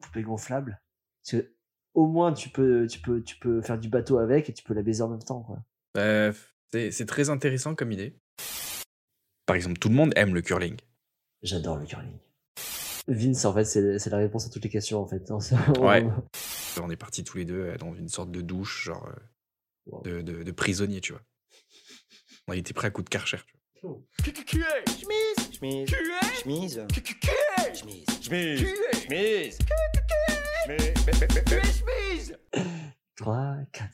poupée gonflable. Parce que au moins tu peux, tu peux, tu peux faire du bateau avec et tu peux la baiser en même temps. Quoi. Euh, c'est c'est très intéressant comme idée. Par exemple, tout le monde aime le curling. J'adore le curling. Vince, en fait, c'est c'est la réponse à toutes les questions, en fait. Ouais. On est partis tous les deux euh, dans une sorte de douche, genre euh, Wow. de, de, de prisonnier, tu vois. On était prêt à coup de karcher. tu vois. Chemise, chemise, chemise, chemise, chemise, chemise, chemise, chemise. 3, 4.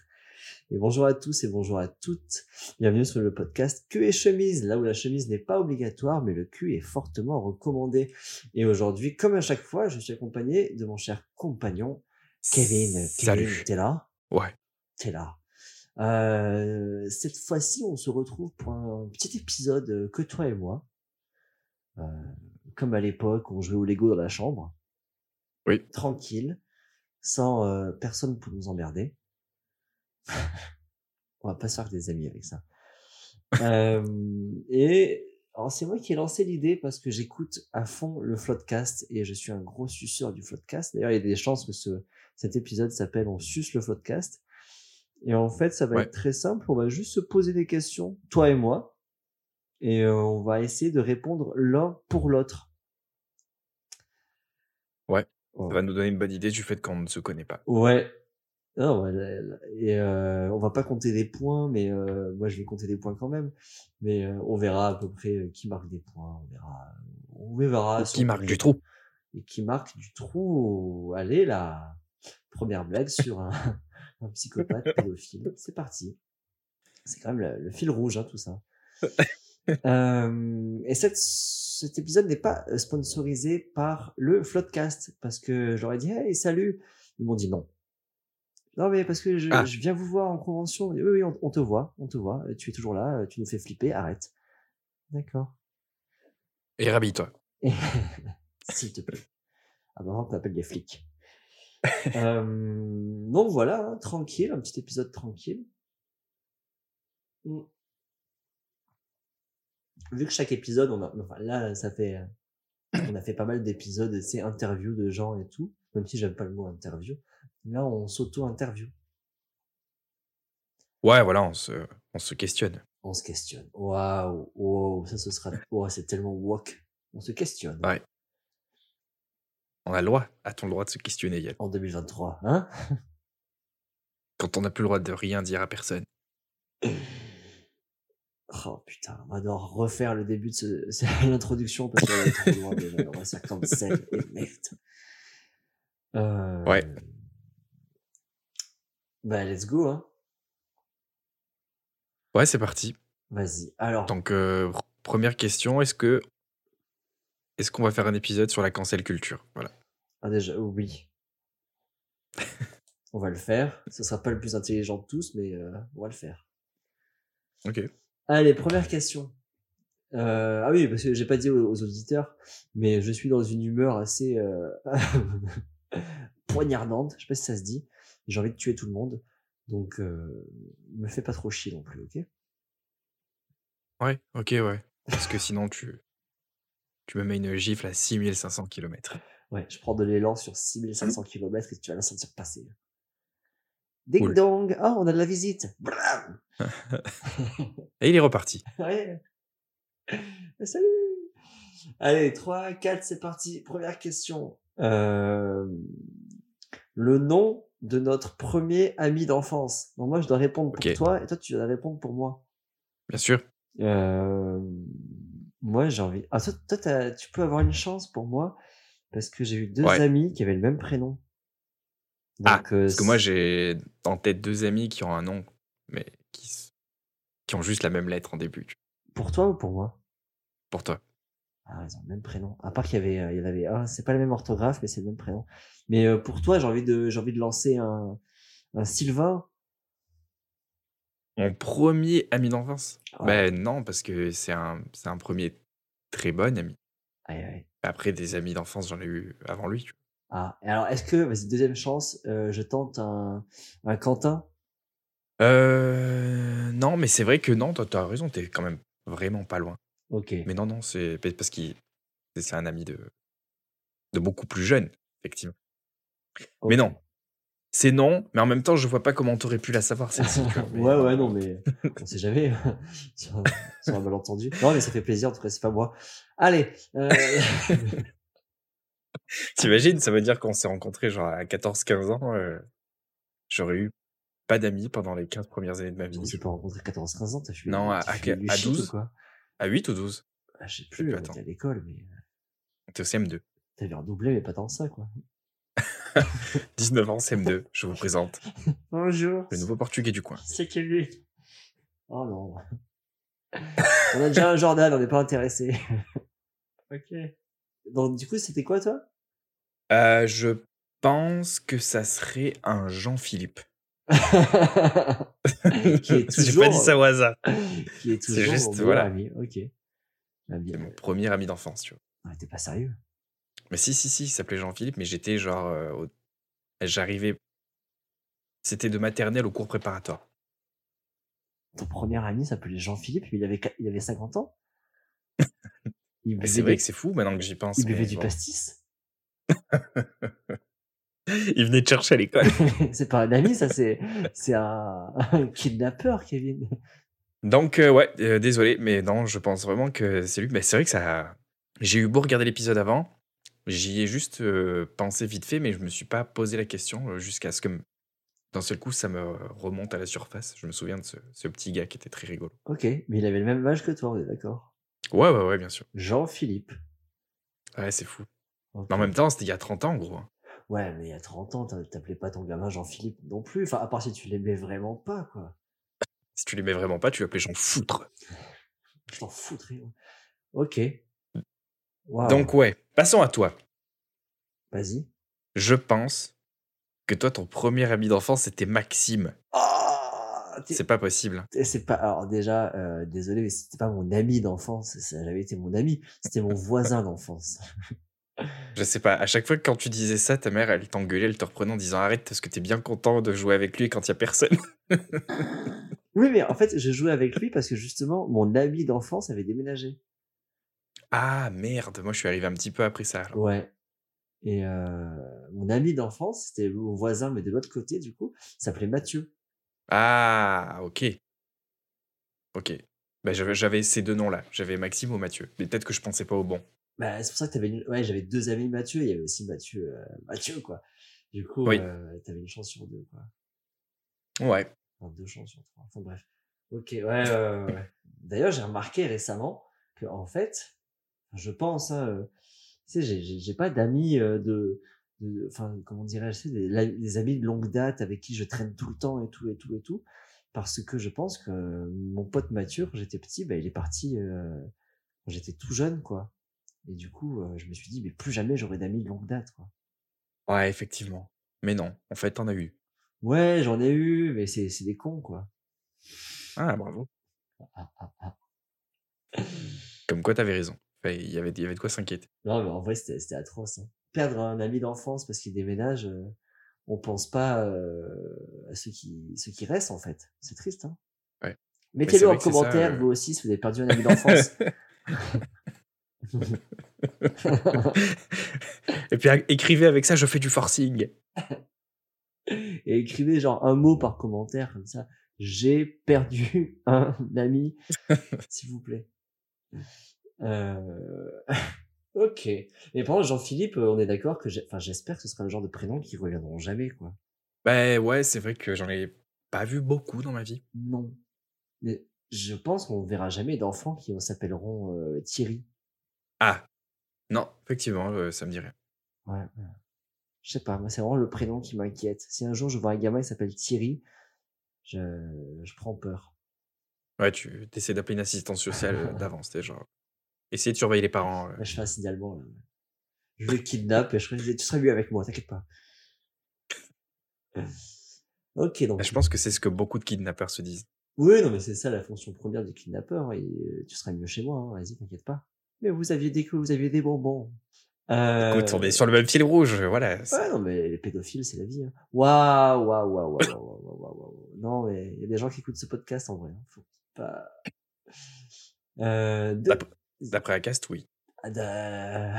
Et bonjour à tous et bonjour à toutes. Bienvenue sur le podcast Cul et chemise, là où la chemise n'est pas obligatoire, mais le cul est fortement recommandé. Et aujourd'hui, comme à chaque fois, je suis accompagné de mon cher compagnon, Kevin. euh, Kevin, Salut. t'es là Ouais. T'es là. Euh, cette fois-ci, on se retrouve pour un petit épisode euh, que toi et moi. Euh, comme à l'époque, on jouait au Lego dans la chambre. Oui. Tranquille, sans euh, personne pour nous emmerder. on va pas se faire des amis avec ça. Euh, et alors c'est moi qui ai lancé l'idée parce que j'écoute à fond le Floodcast et je suis un gros suceur du Floodcast. D'ailleurs, il y a des chances que ce, cet épisode s'appelle On suce le podcast. Et en fait, ça va Ouais. être très simple. On va juste se poser des questions, toi et moi. Et euh, on va essayer de répondre l'un pour l'autre. Ouais. Oh. Ça va nous donner une bonne idée du fait qu'on ne se connaît pas. Ouais. Non, Ah, ouais, la- la- et euh, on va pas compter des points, mais euh, moi je vais compter des points quand même. Mais euh, on verra à peu près euh, qui marque des points. On verra. On verra. si Qui on marque peut- du trou et qui marque du trou. Allez, la première blague sur un, un psychopathe pédophile. C'est parti. C'est quand même le, le fil rouge, hein, tout ça. Euh, et cette, cet épisode n'est pas euh, sponsorisé par le Floodcast parce que j'aurais dit hey salut, ils m'ont dit non. Non mais parce que je, Ah. je viens vous voir en convention. Oui oui on, on te voit, on te voit. Tu es toujours là, tu nous fais flipper. Arrête. D'accord. Et rhabille-toi. S'il te plaît. Avant qu'on t'appelle les flics. euh, donc voilà, hein, tranquille, un petit épisode tranquille. Mm. Vu que chaque épisode, on a, enfin, là, ça fait, euh, on a fait pas mal d'épisodes, c'est interview de gens et tout, même si j'aime pas le mot interview. Là, on s'auto-interview. Ouais, voilà, on se, on se questionne. On se questionne. Waouh, waouh, ça ce sera, oh, c'est tellement woke. On se questionne hein, Ouais. On a le droit. A-t-on le droit de se questionner Yann en 2023, hein? Quand on n'a plus le droit de rien dire à personne. Oh putain, on va devoir refaire le début de ce- ce- l'introduction parce qu'on est trop loin déjà. On va 57 et merde. Euh, Ouais. Bah let's go hein. Ouais, c'est parti. Vas-y. Alors Donc, euh, pr- première question, est-ce que est-ce qu'on va faire un épisode sur la cancel culture Voilà. ah, déjà oui. on va le faire. Ce sera pas le plus intelligent de tous, mais euh, on va le faire. Ok. Allez, première question. Euh, ah oui, parce que j'ai pas dit aux, aux auditeurs, mais je suis dans une humeur assez euh, poignardante. Je sais pas si ça se dit. J'ai envie de tuer tout le monde, donc euh, me fais pas trop chier non plus, ok Ouais, ok, ouais. Parce que sinon, tu, tu me mets une gifle à 6500 km. Ouais, je prends de l'élan sur 6500 km et tu vas la sentir passer. Ding Cool. dong Ah, on a de la visite Blam Et il est reparti. Ouais. Bah, Salut Allez, 3, 4, c'est parti. Première question. Euh, le nom de notre premier ami d'enfance. Donc moi, je dois répondre pour Ok. toi et toi, tu dois répondre pour moi. Bien sûr. Euh, moi, j'ai envie... Ah, toi, toi, t'as- tu peux avoir une chance pour moi parce que j'ai eu deux Ouais. amis qui avaient le même prénom. Ah, euh, Parce que moi, j'ai en tête deux amis qui ont un nom, mais qui, s- qui ont juste la même lettre en début. tu- pour toi ou pour moi Pour toi. Ah, ils ont le même prénom. À part qu'il y avait, euh, il y en avait un, c'est pas la même orthographe, mais c'est le même prénom. Mais euh, pour toi, j'ai envie de, j'ai envie de lancer un, un Sylvain. Mon premier ami d'enfance Ouais. Ben non, parce que c'est un, c'est un premier très bon ami. Aïe, aïe. Après, des amis d'enfance, j'en ai eu avant lui. tu vois. Ah, et alors est-ce que, vas-y, deuxième chance, euh, je tente un, un Quentin. Euh, non, mais c'est vrai que non, toi, t'as raison, t'es quand même vraiment pas loin. Ok. Mais non, non, c'est parce qu'il c'est un ami de, de beaucoup plus jeune, effectivement. Ok. Mais non. C'est non, mais en même temps, je vois pas comment t'aurais pu la savoir celle-ci. tu vois, mais- euh, ouais, ouais, non, mais on sait jamais. sur, un- sur un malentendu. Non, mais ça fait plaisir, en tout cas, c'est pas moi. Allez, euh, T'imagines, ça veut dire qu'on s'est rencontrés genre à 14-15 ans, euh, j'aurais eu pas d'amis pendant les 15 premières années de ma vie. on s'est pas rencontré 14-15 ans, t'as fumé. Non, à- t'as à- fumé du à shit ou 12? quoi À 8 ou 12 Ah, Je sais plus, plus, on attends. était à l'école, mais euh, On était au CM2. t'avais redoublé, mais pas tant que ça, quoi. 19 ans, CM2, je Oh, vous présente Bonjour. le nouveau portugais du coin. C'est que lui. Oh non. on a déjà un Jordan, on n'est pas intéressé. ok. Donc, du coup, c'était quoi, toi Euh, je pense que ça serait un Jean-Philippe. Qui est J'ai pas dit toujours- ça au hasard. Qui est toujours juste, mon meilleur voilà. ami. Ok. Ami. C'est euh, mon premier ami d'enfance, tu vois. Ah, T'es pas sérieux Mais si, si, si, il s'appelait Jean-Philippe, mais j'étais genre. euh, au- J'arrivais. C'était de maternelle au cours préparatoire. ton premier ami s'appelait Jean-Philippe, mais il avait, qu- il avait 50 ans. Il Mais buvait, C'est vrai des- que c'est fou maintenant que j'y pense. il mais buvait du bon. pastis. Il venait te chercher à l'école. c'est pas un ami, ça, c'est c'est un, un kidnappeur, Kevin. Donc, euh, ouais, euh, désolé, mais non, je pense vraiment que c'est lui. Mais c'est vrai que ça. J'ai eu beau regarder l'épisode avant, j'y ai juste euh, pensé vite fait, mais je me suis pas posé la question euh, jusqu'à ce que. m- D'un seul coup, ça me remonte à la surface. Je me souviens de ce, ce petit gars qui était très rigolo. Ok, mais il avait le même âge que toi, on est d'accord. Ouais, ouais, ouais, bien sûr. Jean-Philippe. Ouais, c'est fou. Ok. Mais en même temps, c'était il y a 30 ans, en gros. hein. Ouais, mais il y a 30 ans, t'a- t'appelais pas ton gamin Jean-Philippe non plus. Enfin, à part si tu l'aimais vraiment pas, quoi. Si tu l'aimais vraiment pas, tu l'appelais Jean Foutre. Je t'en foutrais. ouais. Ok. Waouh. Donc, Ah ouais, passons à toi. Vas-y. Je pense que toi, ton premier ami d'enfance, c'était Maxime. Ah, t'es- C'est pas possible. hein. Et c'est pas alors déjà euh, désolé mais c'était pas mon ami d'enfance ça a jamais été mon ami c'était mon voisin d'enfance Je sais pas, à chaque fois que quand tu disais ça, ta mère, elle t'engueulait, elle te reprenait en disant arrête parce que t'es bien content de jouer avec lui quand il y a personne. oui mais en fait je jouais avec lui parce que justement mon ami d'enfance avait déménagé Ah merde, moi je suis arrivé un petit peu après ça. alors. ouais et euh, mon ami d'enfance c'était mon voisin mais de l'autre côté du coup s'appelait Mathieu Ah, ok. Ok. Bah, j'avais- j'avais ces deux noms-là. J'avais Maxime ou Mathieu. Mais peut-être que je pensais pas au bon. bah, c'est pour ça que t'avais une- ouais j'avais deux amis Mathieu il y avait aussi Mathieu euh, Mathieu quoi du coup Oui. euh, t'avais une chance sur deux quoi Ouais. Enfin, deux chances sur trois. Enfin bref. Ok, ouais, ouais, ouais, ouais. D'ailleurs, j'ai remarqué récemment que, en fait, je pense, hein, euh, tu sais, j'ai- j'ai j'ai pas d'amis euh, de. de- Enfin, comment dirais-je, tu sais, des, la- des amis de longue date avec qui je traîne tout le temps et tout et tout et tout. Parce que je pense que euh, mon pote Mathieu, quand j'étais petit, bah, il est parti euh, quand j'étais tout jeune, quoi. Et du coup, euh, je me suis dit, mais plus jamais j'aurai d'amis de longue date, quoi. Ouais, effectivement. Mais non, en fait, t'en as eu. Ouais, j'en ai eu, mais c'est c'est des cons, quoi. Ah, bravo. Ah, ah, ah. Comme quoi, t'avais raison. Enfin, Il y avait, il y avait de quoi s'inquiéter. Non, mais en vrai, c'était c'était atroce. hein. Perdre un ami d'enfance parce qu'il déménage, euh, on pense pas euh, à ceux qui, ceux qui restent, en fait. C'est triste. Hein. Ouais. c'est Mettez-le vrai en que c'est ça, commentaire, euh. vous aussi, si vous avez perdu un ami d'enfance. Et puis a- écrivez avec ça, je fais du forcing. Et écrivez genre un mot par commentaire, comme ça. J'ai perdu un ami, s'il vous plaît. Euh... ok. Mais par contre, Jean-Philippe, euh, on est d'accord que j'ai- enfin, j'espère que ce sera le genre de prénom qui reviendront jamais, quoi. Bah ouais, c'est vrai que j'en ai pas vu beaucoup dans ma vie. Non. Mais je pense qu'on verra jamais d'enfants qui s'appelleront euh, Thierry. Ah, non, effectivement, euh, ça me dirait. Ouais. ouais. Je sais pas, moi c'est vraiment le prénom qui m'inquiète. Si un jour je vois un gamin qui s'appelle Thierry, je, je prends peur. Ouais, tu essaies d'appeler une assistance sociale euh, d'avance, t'es genre. Essayer de surveiller les parents. euh. Là, je fais un signalement. Là. Je le kidnappe et je serai, tu seras mieux avec moi, t'inquiète pas. Ok, donc. Ben, Bah, Je pense que c'est ce que beaucoup de kidnappeurs se disent. Oui, non, mais c'est ça la fonction première du kidnappeur. Et euh, tu seras mieux chez moi, hein, vas-y, t'inquiète pas. Mais vous aviez des que vous aviez des bonbons. Euh... Écoute, on est sur le même fil rouge, voilà. c'est- Ouais, non, mais les pédophiles, c'est la vie. hein. Waouh, waouh, waouh, waouh, waouh, waouh, waouh, waouh, waouh. Non, mais il y a des gens qui écoutent ce podcast en vrai. hein. Faut pas. Euh, de- Bah, D'après Acast, oui. Ah, d'a-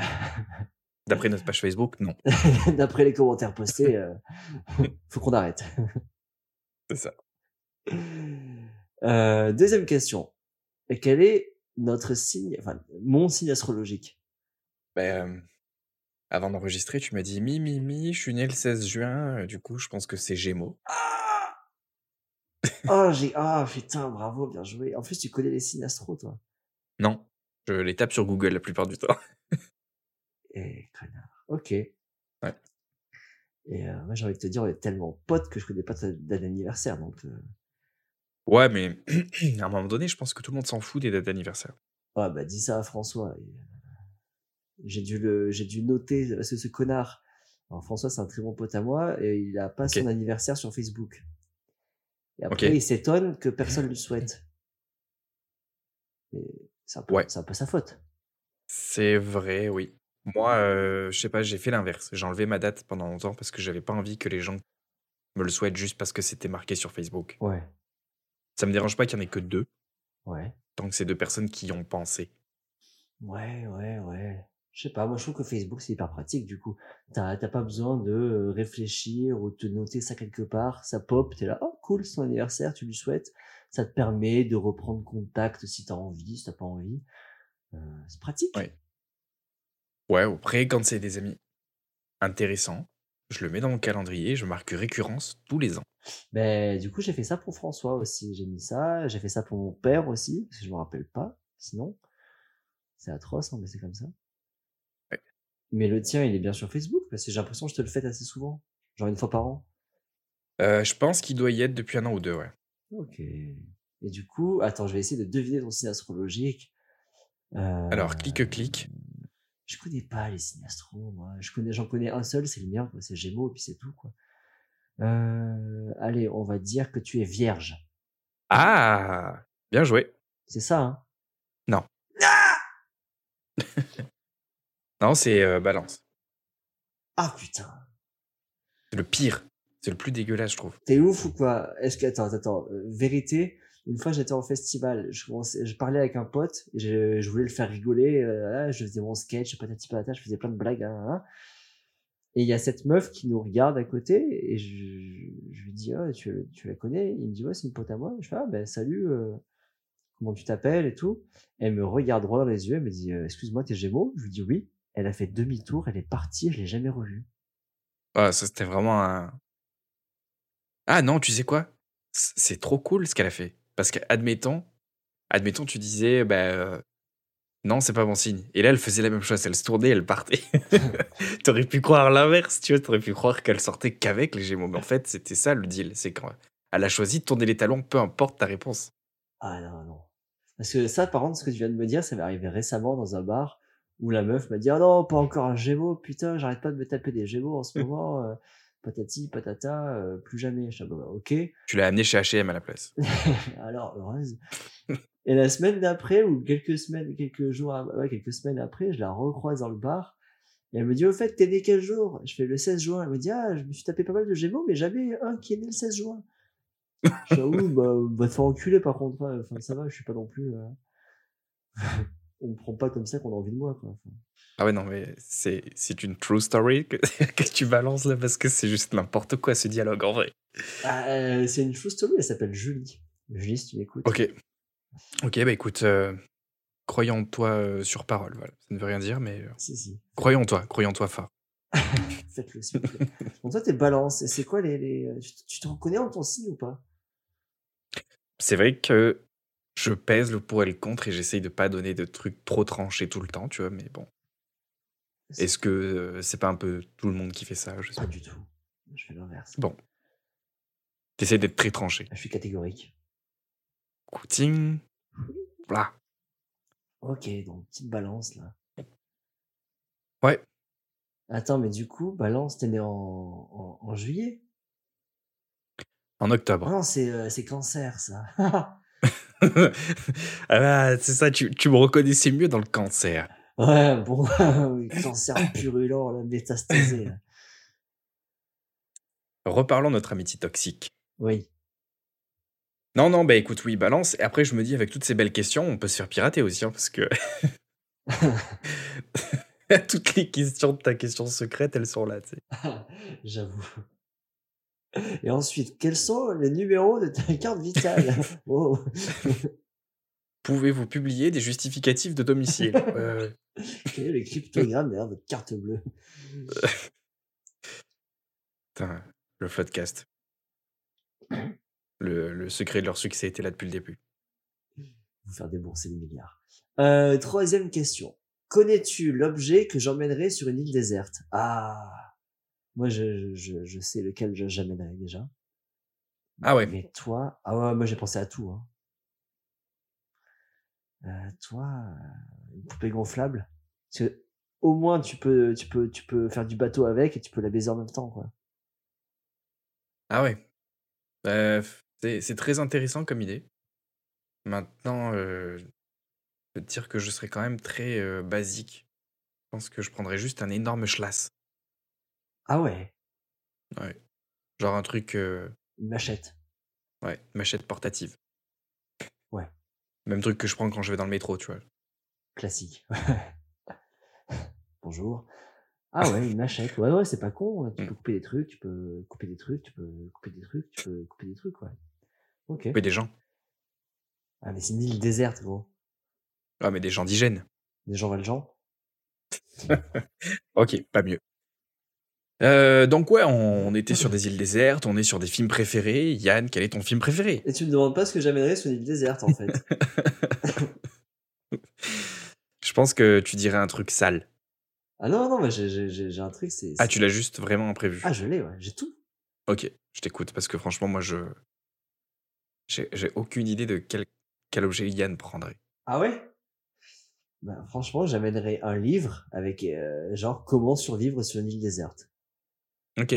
D'après notre page Facebook, non. D'après les commentaires postés, euh, faut qu'on arrête. C'est ça. Euh, deuxième question. Et Quel est notre signe, enfin, mon signe astrologique Ben, euh, avant d'enregistrer, tu m'as dit mi, mi, mi, je suis né le 16 juin, euh, du coup, je pense que c'est Gémeaux. Oh, j'ai, ah, putain, bravo, bien joué. En plus, tu connais les signes astro, toi. Non, je les tape sur Google la plupart du temps. Eh, connard. Ok. Et euh, moi, j'ai envie de te dire, on est tellement potes que je connais pas ta date d'anniversaire, donc. euh, Ouais, mais à un moment donné, je pense que tout le monde s'en fout des dates d'anniversaire. Ah bah dis ça à François. et, euh, J'ai dû le, j'ai dû noter parce que ce connard. Alors François, c'est un très bon pote à moi et il a pas Ok. son anniversaire sur Facebook. Et après, Ok. il s'étonne que personne lui souhaite. Mais c'est un peu, Ouais. c'est un peu sa faute. C'est vrai, oui. Moi, euh, je sais pas, j'ai fait l'inverse. J'ai enlevé ma date pendant longtemps parce que j'avais pas envie que les gens me le souhaitent juste parce que c'était marqué sur Facebook. Ouais, Ça me dérange pas qu'il y en ait que deux, ouais, tant que c'est deux personnes qui y ont pensé. ouais, ouais, ouais. Je sais pas. Moi, je trouve que Facebook c'est hyper pratique. Du coup, t'as, t'as pas besoin de euh, réfléchir ou de noter ça quelque part. Ça pop. T'es là. Oh cool, son anniversaire. Tu lui souhaites. Ça te permet de reprendre contact si t'as envie, si t'as pas envie. Euh, c'est pratique. Ouais. Ouais, après, quand c'est des amis intéressants, je le mets dans mon calendrier, je marque récurrence tous les ans. Ben, du coup, j'ai fait ça pour François aussi. J'ai mis ça. J'ai fait ça pour mon père aussi, parce que je me rappelle pas. Sinon, c'est atroce, hein, mais c'est comme ça. Ouais. Mais le tien, il est bien sur Facebook, parce que j'ai l'impression que je te le fais assez souvent. Genre une fois par an. Euh, je pense qu'il doit y être depuis un an ou deux, ouais. Ok. Et du coup, attends, je vais essayer de deviner ton signe astrologique. Euh, Alors, clique-clique. Je connais pas les signes astro, moi. Je connais, j'en connais un seul, c'est le mien, quoi. C'est Gémeaux, et puis c'est tout, quoi. Euh, allez, on va dire que tu es vierge. Ah Bien joué. C'est ça, hein Non, c'est euh, balance. Ah putain C'est le pire. C'est le plus dégueulasse, je trouve. T'es ouf ou quoi Est-ce que attends, attends, euh, vérité. Une fois, j'étais en festival, je, commençais- je parlais avec un pote, et je, je voulais le faire rigoler, euh, voilà, je faisais mon sketch, patati patata, je faisais plein de blagues. hein, hein, hein. Et il y a cette meuf qui nous regarde à côté, et je, je lui dis, Ah, tu, tu la connais Il me dit, ouais, c'est une pote à moi. Je fais, ah ben salut, euh, comment tu t'appelles et tout. Elle me regarde droit dans les yeux, elle me dit, Euh, excuse-moi, t'es Gémeaux Je lui dis oui. Elle a fait demi-tour, elle est partie, je l'ai jamais revue. Ah, ça, c'était vraiment un. Ah non, tu sais quoi C- C'est trop cool ce qu'elle a fait. Parce que, admettons, admettons, tu disais, bah. euh, non, c'est pas bon signe. Et là, elle faisait la même chose. Elle se tournait, elle partait. t'aurais pu croire l'inverse, tu vois. T'aurais pu croire qu'elle sortait qu'avec les Gémeaux. Mais en fait, c'était ça le deal. C'est quand elle a choisi de tourner les talons, peu importe ta réponse. Ah non, non. Parce que ça, par contre, ce que tu viens de me dire, ça m'est arrivé récemment dans un bar où la meuf m'a dit Ah non, pas encore un Gémeaux, putain, j'arrête pas de me taper des Gémeaux en ce moment, euh, patati, patata, euh, plus jamais. Je suis là, Bah, ok, Tu l'as amené chez HM à la place. alors heureuse. Et la semaine d'après, ou quelques semaines, quelques jours, av- ouais, quelques semaines après, je la recroise dans le bar et elle me dit Au fait, t'es né quel jour Je fais le 16 juin. Elle me dit Ah, je me suis tapé pas mal de Gémeaux, mais jamais un qui est né le 16 juin. Je dis, Ah oui, bah, va te faire enculer par contre. hein. Enfin, ça va, je suis pas non plus. euh, On me prend pas comme ça qu'on a envie de moi. Quoi. Enfin, Ah ouais, non, mais c'est c'est une true story que, que tu balances là parce que c'est juste n'importe quoi ce dialogue en vrai. Ah, euh, c'est une chose story, elle s'appelle Julie. Julie, si tu m'écoutes. Ok. Ok, bah écoute, euh, croyons en toi euh, sur parole, voilà. Ça ne veut rien dire, mais euh, Si, si. croyons en toi, croyons en toi fort. Faites-le, s'il vous plaît. Donc, toi, t'es balance. Et c'est quoi les. les... Tu, tu te reconnais en ton signe ou pas C'est vrai que je pèse le pour et le contre et j'essaye de pas donner de trucs trop tranchés tout le temps, tu vois, mais bon. Est-ce que euh, c'est pas un peu tout le monde qui fait ça Je sais Pas pas. du tout. Je fais l'inverse. Bon. T'essayes d'être très tranché. Je suis catégorique. Couting. Voilà. Ok, donc petite balance là. Ouais. Attends, mais du coup, balance, t'es né en, en, en juillet En octobre. Ah Non, c'est euh, c'est cancer ça. ah bah, c'est ça, tu, tu me reconnaissais mieux dans le cancer. ouais, bon, oui, cancer purulent, là, métastasé. là. Reparlons de notre amitié toxique. Oui. Non, non, bah écoute, oui, balance. Et après, je me dis, avec toutes ces belles questions, on peut se faire pirater aussi, hein, parce que. Toutes les questions de ta question secrète, elles sont là, tu sais. J'avoue. Et ensuite, quels sont les numéros de ta carte vitale Oh. Pouvez-vous publier des justificatifs de domicile Euh, Quel est le cryptogramme derrière votre carte bleue Putain, le podcast. Le, le secret de leur succès était là depuis le début. Vous faire débourser des milliards. Euh, troisième question. Connais-tu l'objet que j'emmènerai sur une île déserte Ah Moi, je, je- je, je sais lequel je- j'emmènerai déjà. Ah ouais. Mais toi Ah ouais, moi j'ai pensé à tout. Hein. Euh, toi, euh, une poupée gonflable Parce que au moins, tu peux, tu, peux, tu peux faire du bateau avec et tu peux la baiser en même temps, quoi. Ah ouais. Euh, c'est c'est très intéressant comme idée. Maintenant, euh, je peux te dire que je serais quand même très euh, basique. Je pense que je prendrais juste un énorme schlass. Ah ouais, Genre un truc, euh, une machette. ouais, machette portative. Ouais. Même truc que je prends quand je vais dans le métro, tu vois. Classique. Bonjour. Ah ouais, une machette. Ouais, ouais, c'est pas con. hein. Mm. Tu peux couper des trucs, tu peux couper des trucs, tu peux couper des trucs, tu peux couper des trucs, ouais. Ok. Mais des gens. Ah, mais c'est une île déserte, gros. Ah, mais des gens d'hygiène. Des gens Valjean. Ok, pas mieux. Euh, donc ouais, on, on était sur des îles désertes, on est sur des films préférés. Yann, quel est ton film préféré Et tu me demandes pas ce que j'amènerais sur une île déserte, en fait. Je pense que tu dirais un truc sale. ah non, non, mais j'ai- j'ai j'ai- j'ai un truc, c'est. Ah, tu l'as juste vraiment imprévu. Ah, je l'ai, ouais, j'ai tout. Ok, je t'écoute parce que franchement, moi, je. J'ai j'ai aucune idée de quel, quel objet Yann prendrait. Ah ouais bah, Franchement, j'amènerais un livre avec, euh, genre, comment survivre sur une île déserte. Ok.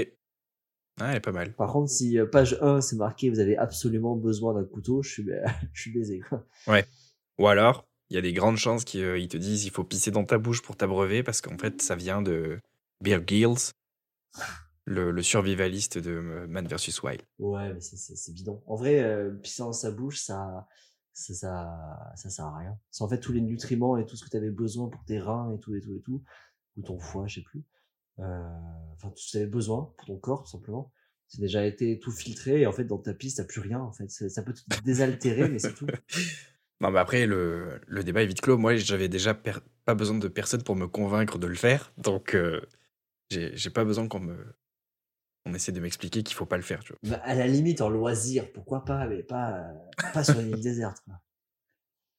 Ah, elle est pas mal. Par contre, si euh, page 1, c'est marqué, vous avez absolument besoin d'un couteau, je suis, euh, je suis baisé, quoi. Ou alors, il y a des grandes chances qu'ils euh, ils te disent il faut pisser dans ta bouche pour t'abreuver parce qu'en fait, ça vient de Bear Grylls, le, le survivaliste de euh, Man vs. Wild. Ouais, mais c'est- c'est c'est bidon. En vrai, euh, pisser dans sa bouche, ça, ça, ça, ça sert à rien. C'est en fait tous les nutriments et tout ce que tu avais besoin pour tes reins et tout et tout et tout, ou ton foie, je sais plus. Euh, Enfin, tout ce que tu avais besoin pour ton corps, tout simplement. C'est déjà été tout filtré et en fait, dans ta piste, t'as plus rien. En fait, C'est- ça peut te désaltérer, mais c'est tout. Non, mais après, le, le débat est vite clos. Moi, j'avais déjà per- pas besoin de personne pour me convaincre de le faire. Donc, euh, j'ai j'ai pas besoin qu'on me. On essaie de m'expliquer qu'il faut pas le faire, tu vois. Bah, à la limite, en loisir, pourquoi pas, mais pas, euh, pas sur une île déserte. Quoi.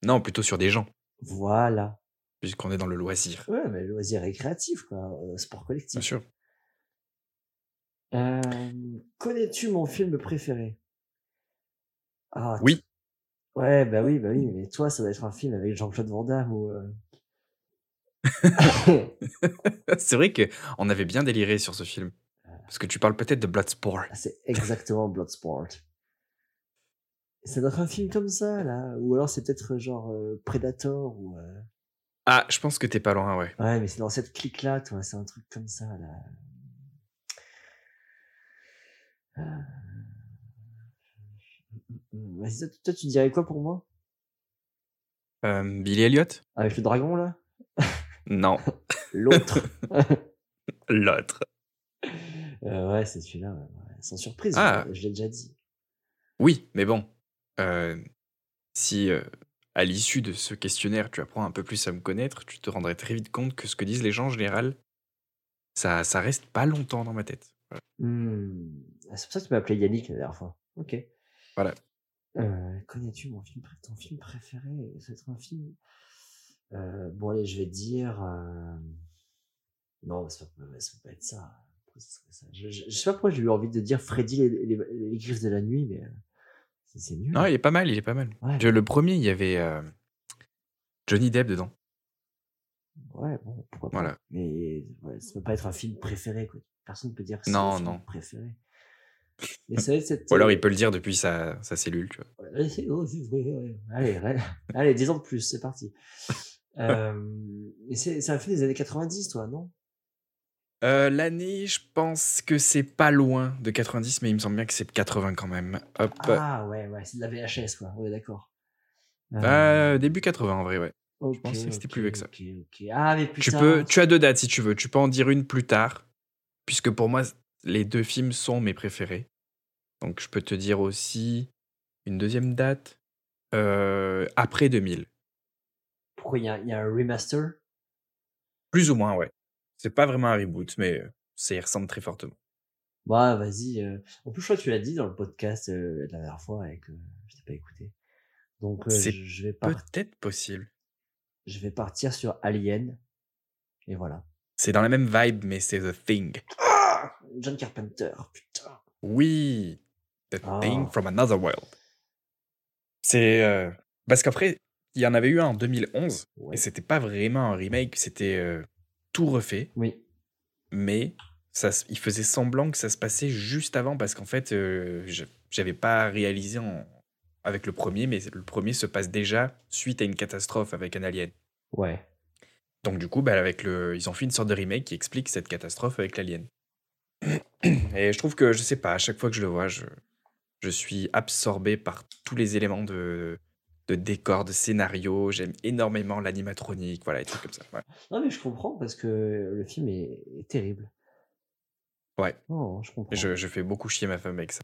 Non, plutôt sur des gens, Voilà. puisqu'on est dans le loisir. Ouais, mais loisir récréatif, quoi, euh, sport collectif. Bien sûr. Euh, Connais-tu mon film préféré ah, t- Oui. Ouais, bah oui, bah oui, mais toi, ça doit être un film avec Jean-Claude Van Damme ou. euh, C'est vrai que on avait bien déliré sur ce film. Parce que tu parles peut-être de Bloodsport. Ah, C'est exactement Bloodsport. Ça doit être un film comme ça, là. Ou alors c'est peut-être genre euh, Predator ou. euh, Ah, je pense que t'es pas loin, ouais. Ouais, mais c'est dans cette clique-là, toi, c'est un truc comme ça, là. Euh, Vas-y, toi, toi, tu dirais quoi pour moi Euh, Billy Elliot Avec le dragon, là Non, L'autre l'autre. Euh, ouais, c'est celui-là, ouais, ouais. sans surprise, Ah. je, je l'ai déjà dit. Oui, mais bon. euh, si euh, à l'issue de ce questionnaire, tu apprends un peu plus à me connaître, tu te rendrais très vite compte que ce que disent les gens en général, ça, ça reste pas longtemps dans ma tête. Voilà. Hmm. Ah, C'est pour ça que tu m'as appelé Yannick la dernière fois. Ok. Voilà. Euh, Connais-tu mon film, pré- ton film préféré C'est un film. Euh, bon, allez, je vais te dire. euh, Non, ça peut, pas- ça peut pas être ça. Pourquoi ce serait ça Je, je- je sais pas pourquoi j'ai eu envie de dire Freddy les, les, les griffes de la nuit, mais euh, c'est- c'est nul. Non, il est pas mal, il est pas mal. Ouais. Je- le premier, il y avait euh, Johnny Depp dedans. Ouais, bon, pourquoi pas. Voilà. Mais ouais, ça peut pas être un film préféré, quoi. Personne ne peut dire que Non, c'est son non. préféré. Mais ça va être cette. euh, Ou alors il peut le dire depuis sa, sa cellule, tu vois. Ouais, c'est- oh, c'est- ouais, ouais, ouais. Allez, ouais. allez, 10 ans de plus, c'est parti. Euh, mais c'est c'est un film des années 90, toi, non Euh, L'année, je pense que c'est pas loin de 90, mais il me semble bien que c'est de 80 quand même. Hop. Ah ouais, ouais, c'est de la VHS, quoi, on est d'accord. Euh, Euh, début 80 en vrai, ouais. Ok, Bah, pensais que c'était ok, plus vexant. ok, ok. Ah, mais putain. Tu, peux, tu as deux dates si tu veux. Tu peux en dire une plus tard, puisque pour moi, les deux films sont mes préférés. Donc je peux te dire aussi une deuxième date euh, après 2000. Pourquoi il y, a- il y a un remaster Plus ou moins, ouais. C'est pas vraiment un reboot, mais euh, ça y ressemble très fortement. Bah, vas-y. euh. En plus, je crois que tu l'as dit dans le podcast euh, la dernière fois et que je t'ai pas écouté. Donc, euh, C'est je, je vais par- Peut-être possible. je vais partir sur Alien. Et voilà. C'est dans la même vibe, mais c'est The Thing. John Carpenter, putain. Oui, The Ah. Thing from Another World. C'est euh, parce qu'après, il y en avait eu un en 2011 Ouais. et c'était pas vraiment un remake, c'était euh, tout refait, Oui. mais ça, s- il faisait semblant que ça se passait juste avant parce qu'en fait, euh, je- j'avais pas réalisé en- avec le premier, mais le premier se passe déjà suite à une catastrophe avec un alien. Ouais. Donc du coup, bah, avec le, ils ont fait une sorte de remake qui explique cette catastrophe avec l'alien. Et je trouve que, je sais pas, à chaque fois que je le vois, je, je suis absorbé par tous les éléments de, de décor, de scénario. J'aime énormément l'animatronique, voilà, et trucs comme ça. ouais. Non, mais je comprends parce que le film est, est terrible. Ouais. Non, je comprends. Je, je fais beaucoup chier ma femme avec ça.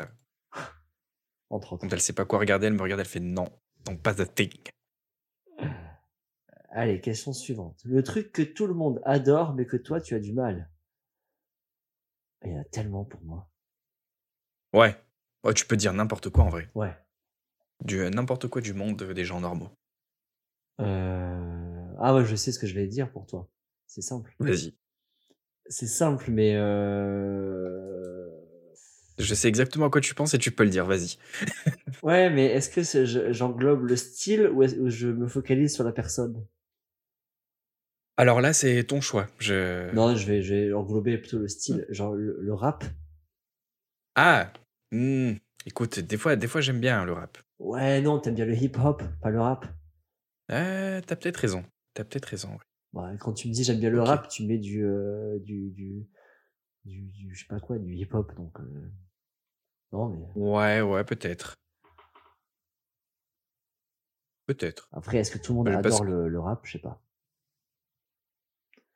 Entre autres. Quand elle sait pas quoi regarder, elle me regarde, elle fait non, donc pas The Thing. Allez, question suivante. Le truc que tout le monde adore, mais que toi, tu as du mal. Il y en a tellement pour moi. Ouais. Ouais, tu peux dire n'importe quoi en vrai. Ouais. Du euh, n'importe quoi du monde euh, des gens normaux. Euh... Ah ouais, je sais ce que je vais dire pour toi. C'est simple. Vas-y. C'est simple, mais... Euh... Je sais exactement à quoi tu penses et tu peux le dire, vas-y. Ouais, mais est-ce que c'est- je- j'englobe le style ou, est-ce- ou je me focalise sur la personne Alors là, c'est ton choix. Je... Non, je vais, je vais englober plutôt le style, genre le, le rap. Ah hmm, Écoute, des fois, des fois j'aime bien hein, le rap. Ouais, non, t'aimes bien le hip-hop, pas le rap. Ah, t'as peut-être raison. T'as peut-être raison. ouais. Bah, quand tu me dis j'aime bien le Ok. rap, tu mets du, euh, du, du, du, du- je sais pas quoi, du hip-hop. Donc, euh, non, mais Ouais, ouais, peut-être. Peut-être. après, est-ce que tout le monde Bah, je adore passe- le, le rap Je sais pas.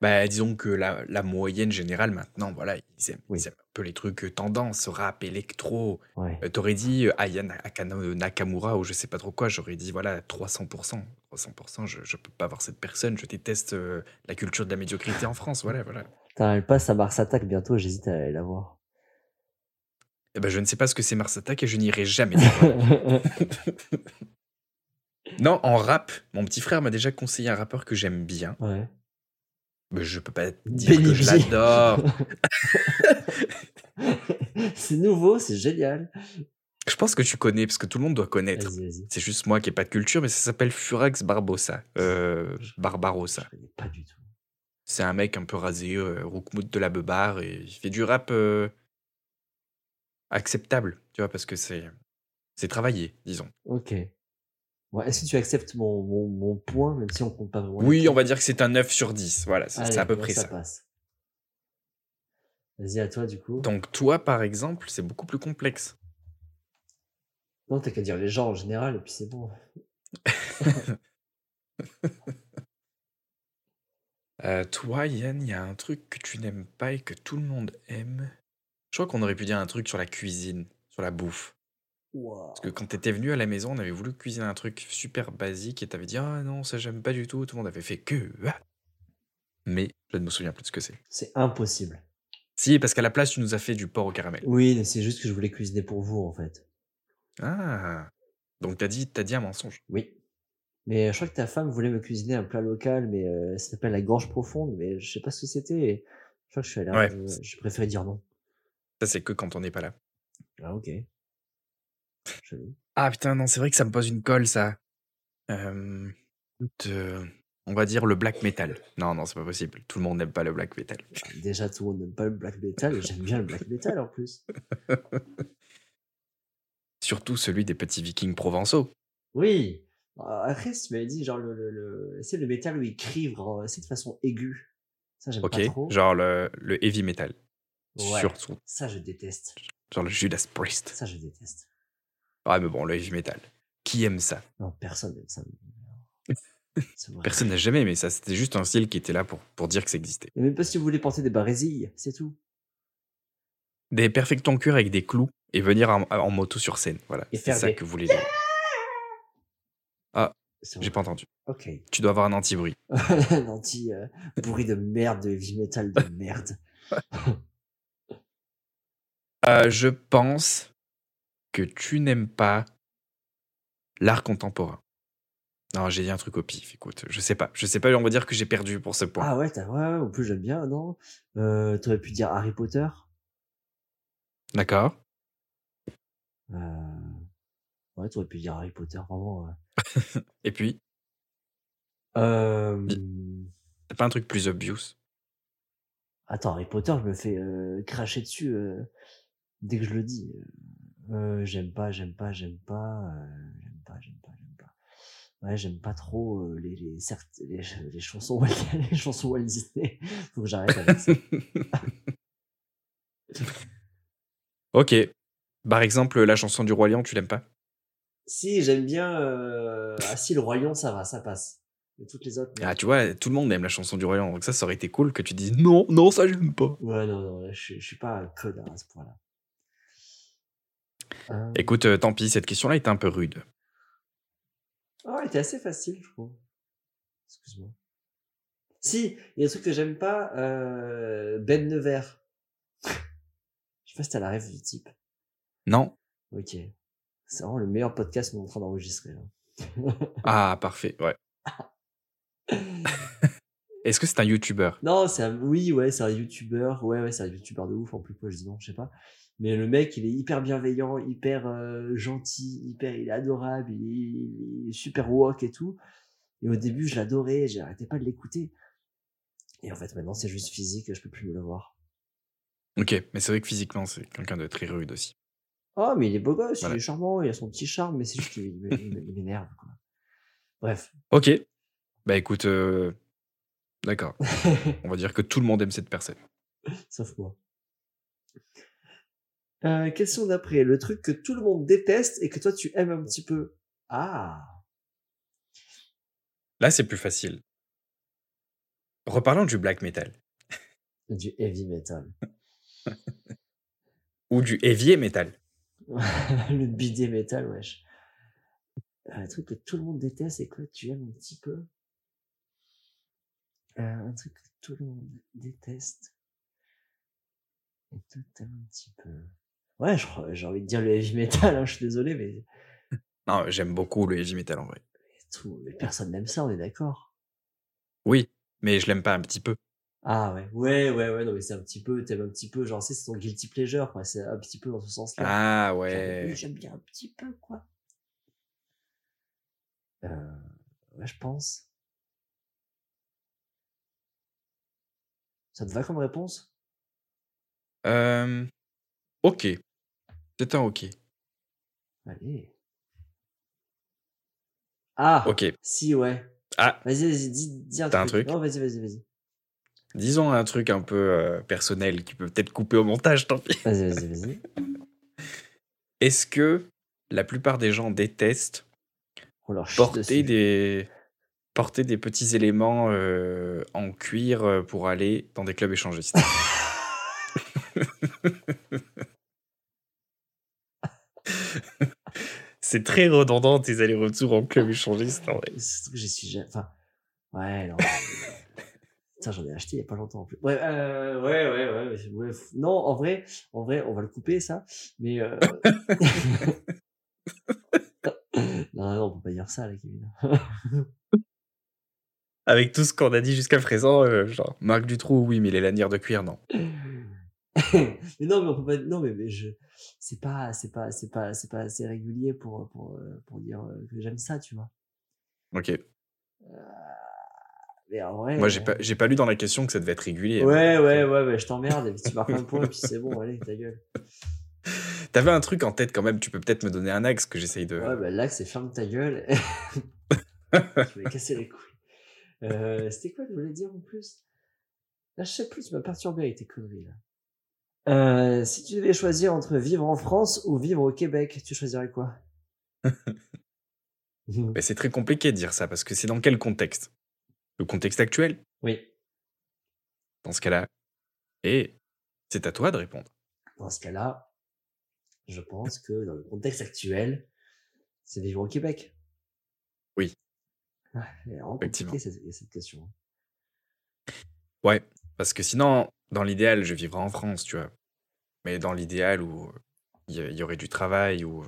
Bah, disons que la, la moyenne générale maintenant, voilà, ils aiment, Oui. ils aiment un peu les trucs euh, tendance, rap, électro. Ouais. Euh, T'aurais dit euh, Aya Na- Akana- euh, Nakamura ou je sais pas trop quoi, j'aurais dit voilà 300%. 300%, je, je peux pas voir cette personne, je déteste euh, la culture de la médiocrité en France, voilà, voilà. Putain, elle passe à Mars Attack bientôt, j'hésite à aller la voir. Eh ben, je ne sais pas ce que c'est Mars Attack et je n'irai jamais. Non, en rap, mon petit frère m'a déjà conseillé un rappeur que j'aime bien. ouais. Mais je peux pas dire Benny que je G. l'adore. c'est nouveau, c'est génial. je pense que tu connais, parce que tout le monde doit connaître. Vas-y, vas-y. C'est juste moi qui n'ai pas de culture, mais ça s'appelle Furax Barbosa. Euh, Je Barbarossa. connais pas du tout. C'est un mec un peu rasé, euh, roukmout de la beubare, et il fait du rap euh, acceptable, tu vois, parce que c'est c'est travaillé, disons. Ok. Bon, est-ce que tu acceptes mon, mon, mon point, même si on compte pas vraiment les Oui, points on va dire que c'est un 9 sur 10. Voilà, c'est c'est Allez, à peu bon, près ça. passe. Vas-y, à toi, du coup. Donc toi, par exemple, c'est beaucoup plus complexe. Non, t'as qu'à dire les gens en général, et puis c'est bon. Euh, toi, Yann, il y a un truc que tu n'aimes pas et que tout le monde aime. Je crois qu'on aurait pu dire un truc sur la cuisine, sur la bouffe. Wow. Parce que quand t'étais venu à la maison, on avait voulu cuisiner un truc super basique et t'avais dit Ah non, ça j'aime pas du tout. Tout le monde avait fait que. ah. Mais je ne me souviens plus de ce que c'est. C'est impossible. Si, parce qu'à la place, tu nous as fait du porc au caramel. Oui, mais c'est juste que je voulais cuisiner pour vous, en fait. Ah Donc t'as dit, t'as dit un mensonge. Oui. Mais euh, je crois que ta femme voulait me cuisiner un plat local, mais euh, ça s'appelle la gorge profonde, mais je sais pas ce que c'était. et Je crois que je suis allé. Ouais. euh, J'ai préféré dire non. Ça, c'est que quand on n'est pas là. Ah, ok. Chelou. Ah putain, non, c'est vrai que ça me pose une colle, ça. Euh, écoute, euh, on va dire le black metal. Non, non, c'est pas possible. Tout le monde n'aime pas le black metal. Ah, Déjà, tout le monde n'aime pas le black metal, et j'aime bien le black metal en plus. Surtout celui des petits vikings provençaux. Oui. Euh, Après, si tu m'avais dit, genre, le, le, le... c'est le métal où il crie, genre, c'est de façon aiguë. Ça, j'aime Ok, pas trop. genre le, le heavy metal. Ouais. Surtout, Ça, je déteste. genre le Judas Priest. Ça, je déteste. Ah, mais bon, le heavy metal. Qui aime ça Non, personne n'aime ça. C'est vrai. Personne n'a jamais aimé ça. C'était juste un style qui était là pour, pour dire que ça existait. Et même pas si vous voulez porter des barésilles, c'est tout. Des perfectons cuir avec des clous et venir en, en moto sur scène. Voilà. Et C'est faire ça des- que vous voulez dire. C'est J'ai vrai. pas entendu. Ok. Tu dois avoir un anti-bruit. Un anti euh, bruit de merde, de heavy metal de merde. Euh, je pense que tu n'aimes pas l'art contemporain. Non, j'ai dit un truc au pif. Écoute, je sais pas. Je sais pas. On va dire que j'ai perdu pour ce point. Ah ouais, t'as- ouais, ouais, en plus j'aime bien, non euh, T'aurais pu dire Harry Potter D'accord. euh... Ouais, t'aurais pu dire Harry Potter, vraiment. ouais. Et puis, Euh... t'as pas un truc plus obvious Attends, Harry Potter, je me fais euh, cracher dessus euh, dès que je le dis. Euh, j'aime pas, j'aime pas, j'aime pas, euh, j'aime pas, j'aime pas, j'aime pas. Ouais, j'aime pas trop euh, les, les, certes- les, ch- les chansons Walt, les chansons Walt Disney. Faut que j'arrête avec ça. Ok. Par exemple, la chanson du Roi Lion, tu l'aimes pas si, j'aime bien. Euh... Ah si, le Royaume, ça va, ça passe. Mais toutes les autres. non. Ah, tu vois, tout le monde aime la chanson du Roi Lion. Donc ça, ça aurait été cool que tu dises non, non, ça, j'aime pas. Ouais, non, non, je, suis- je suis pas un connard à ce point-là. Euh, Écoute, euh, tant pis, cette question-là était un peu rude. Ah, elle était assez facile, je trouve. Excuse-moi. Si, il y a un truc que j'aime pas, euh, Ben Nevers. je sais pas si t'as la rêve du type. Non Ok. C'est vraiment le meilleur podcast qu'on est en train d'enregistrer. là. Ah, parfait, ouais. Est-ce que c'est un YouTuber Non, c'est un... Oui, ouais, c'est un youtubeur. Ouais, ouais, c'est un youtubeur de ouf. En plus, quoi, je dis non, je sais pas. Mais le mec, il est hyper bienveillant, hyper euh, gentil, hyper... Il est adorable, il est, il est super woke et tout. Et au début, je l'adorais, j'arrêtais pas de l'écouter. Et en fait, maintenant, c'est juste physique, je peux plus me le voir. Ok, mais c'est vrai que physiquement, c'est quelqu'un de très rude aussi. Oh, mais il est beau gosse, Voilà. il est charmant, il a son petit charme, mais c'est juste qu'il il- il- il m'énerve. quoi. Bref. Ok. Bah écoute, euh, d'accord. On va dire que tout le monde aime cette personne. Sauf moi. Euh, question d'après. Le truc que tout le monde déteste et que toi tu aimes un petit peu. Ah. Là, c'est plus facile. Reparlons du black metal. Du heavy metal. Ou du évier metal. le bidet metal, wesh. Euh, Un truc que tout le monde déteste et que toi, tu aimes un petit peu. Euh, un truc que tout le monde déteste et toi t'aimes un petit peu. Ouais, je crois- j'ai envie de dire le heavy metal, hein, je suis désolé, mais Non, j'aime beaucoup le heavy metal en vrai. tout, mais personne n'aime ça, on est d'accord. Oui, mais je l'aime pas un petit peu. Ah ouais, ouais, ouais, ouais, non, mais c'est un petit peu, t'aimes un petit peu, genre, c'est c'est ton guilty pleasure, quoi, c'est un petit peu dans ce sens-là. Ah Genre, ouais. oui, J'aime bien un petit peu, quoi. Euh, ouais, je pense. Ça te va comme réponse Euh, ok. C'est un ok. Allez. Ah Ok. Si, ouais. Ah. Vas-y, vas-y, dis, dis un truc. T'as un truc Non, vas-y, vas-y, vas-y. Disons un truc un peu euh, personnel qui peut peut-être couper au montage, tant pis. Vas-y, vas-y, vas-y. Est-ce que la plupart des gens détestent On leur chie porter dessus. des, porter des petits éléments euh, en cuir euh, pour aller dans des clubs échangistes C'est très redondant tes allers-retours en club échangiste. en vrai. C'est truc que j'y suis jamais. Enfin, ouais, non. Putain, j'en ai acheté il y a pas longtemps en plus. Ouais, euh, ouais, ouais, ouais, ouais, ouais. f- Non, en vrai, en vrai, on va le couper ça. Mais euh... non, non, on peut pas dire ça, là, Kevin. Avec tout ce qu'on a dit jusqu'à présent, euh, genre Marc Dutroux, oui, mais les lanières de cuir, non. mais non, mais on peut pas. Non, mais, mais je. C'est pas, c'est pas, c'est pas, c'est pas assez régulier pour pour euh, pour dire euh, que j'aime ça, tu vois. Ok. Mais en vrai. Moi, j'ai euh, pas, j'ai pas lu dans la question que ça devait être régulier. hein. Ouais, ouais, ouais, mais je t'emmerde. et puis Tu marques un point et puis c'est bon, allez, ta gueule. T'avais un truc en tête quand même, tu peux peut-être me donner un axe que j'essaye de. Ouais, bah là, c'est ferme ta gueule. tu m'as cassé les couilles. Euh, C'était quoi que je voulais dire en plus Là, je sais plus, tu m'as perturbé avec tes conneries là. Euh, si tu devais choisir entre vivre en France ou vivre au Québec, tu choisirais quoi Mhm. Mais c'est très compliqué de dire ça parce que c'est dans quel contexte Le contexte actuel Oui. dans ce cas-là Et c'est à toi de répondre. Dans ce cas-là, je pense que dans le contexte actuel, c'est vivre au Québec. Oui. Ah, elle est vraiment Effectivement. compliquée cette, cette question. Ouais, parce que sinon, dans l'idéal, je vivrais en France, tu vois. Mais dans l'idéal où il y, a- il y aurait du travail, où euh,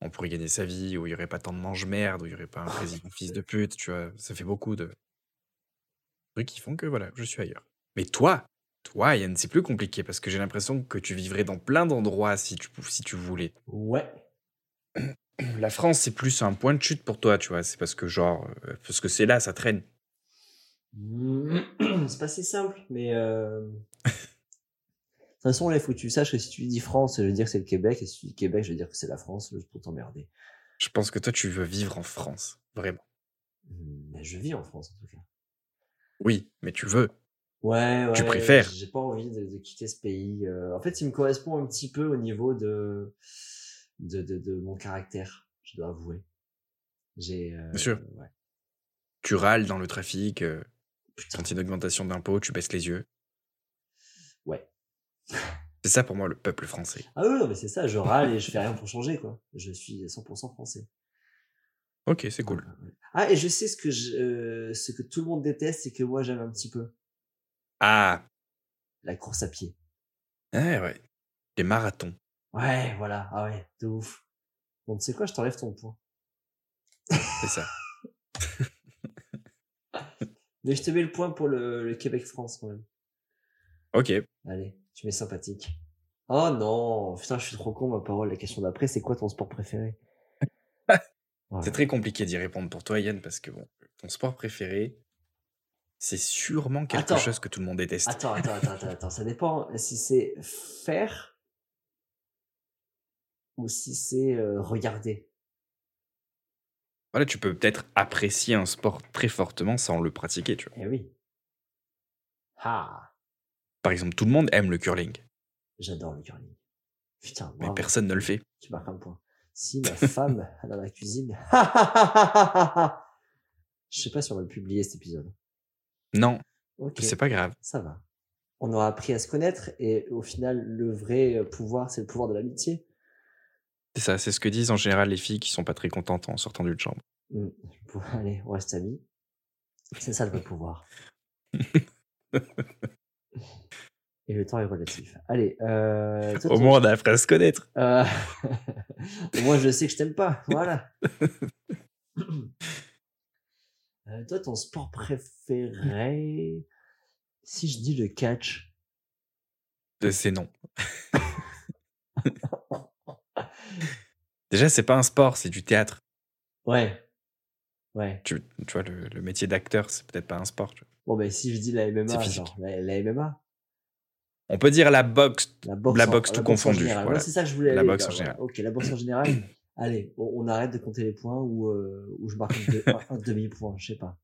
on pourrait gagner sa vie, où il n'y aurait pas tant de mange-merde, où il n'y aurait pas un président fils de pute, tu vois. Ça fait beaucoup de trucs qui font que, voilà, je suis ailleurs. Mais toi, toi, Yann, c'est plus compliqué parce que j'ai l'impression que tu vivrais dans plein d'endroits si tu, pou- si tu voulais. Ouais. La France, c'est plus un point de chute pour toi, tu vois. C'est parce que, genre, euh, parce que c'est là, ça traîne. Mm. C'est pas si simple, mais. euh, De toute façon, là, il faut que tu saches que si tu dis France, je veux dire que c'est le Québec, et si tu dis Québec, je veux dire que c'est la France, juste pour t'emmerder. Je pense que toi, tu veux vivre en France, vraiment. Mm, Mais je vis en France, en tout cas. Oui, mais tu veux. Ouais, ouais. Tu préfères. J'ai pas envie de, de quitter ce pays. Euh, en fait, il me correspond un petit peu au niveau de, de, de, de mon caractère, je dois avouer. J'ai. euh, Bien sûr. ouais. tu râles dans le trafic, euh, Putain, quand il y a une augmentation d'impôts, tu baisses les yeux. ouais. C'est ça pour moi le peuple français. Ah oui, non, mais c'est ça, je râle et je fais rien pour changer, quoi. Je suis 100% français. Ok, c'est cool. Ah, et je sais ce que, je, euh, ce que tout le monde déteste et que moi j'aime un petit peu Ah, la course à pied. ouais, ouais. Les marathons. Ouais, voilà, ah ouais, de ouf. Bon, tu sais quoi, je t'enlève ton point. C'est ça. Mais je te mets le point pour le, le Québec-France quand même. Ok. Allez, tu mets sympathique. Oh non, putain, je suis trop con, ma parole. La question d'après, c'est quoi ton sport préféré Voilà. C'est très compliqué d'y répondre pour toi, Yann, parce que bon, ton sport préféré, c'est sûrement quelque Attends. chose que tout le monde déteste. Attends, attends, attends, attends, attends, ça dépend si c'est faire ou si c'est euh, regarder. Voilà, tu peux peut-être apprécier un sport très fortement sans le pratiquer, tu vois. Eh oui. Ah, Par exemple, tout le monde aime le curling, j'adore le curling. Putain, mais bravo. personne ne le fait. Tu marques un point. Si ma femme, elle est dans la cuisine. Je sais pas si on va le publier cet épisode. Non, Ok, c'est pas grave. ça va. On aura appris à se connaître et au final, le vrai euh, pouvoir, c'est le pouvoir de l'amitié. C'est ça, c'est ce que disent en général les filles qui sont pas très contentes en sortant d'une chambre. Mm. Bon, Allez, on reste amis. C'est ça le vrai pouvoir. et le temps est relatif. Allez, euh, toi, Au ton- moins, on a appris à se connaître. Euh, Au moins, je sais que je t'aime pas. Voilà. Euh, toi, ton sport préféré Si je dis le catch, Euh, C'est non. Déjà, c'est pas un sport, c'est du théâtre. ouais. Ouais. Tu, tu vois, le, le métier d'acteur, c'est peut-être pas un sport. tu vois. Bon, ben si je dis la C'est MMA, physique. genre, la, la MMA, On peut dire la boxe. la boxe, La en- boxe tout en confondu, général. voilà. Ouais, c'est ça que je voulais La aller, boxe en voilà. général. Ok, la boxe en général. Allez, on, on arrête de compter les points ou, euh, ou je marque un, de- un- un demi-point, je sais pas.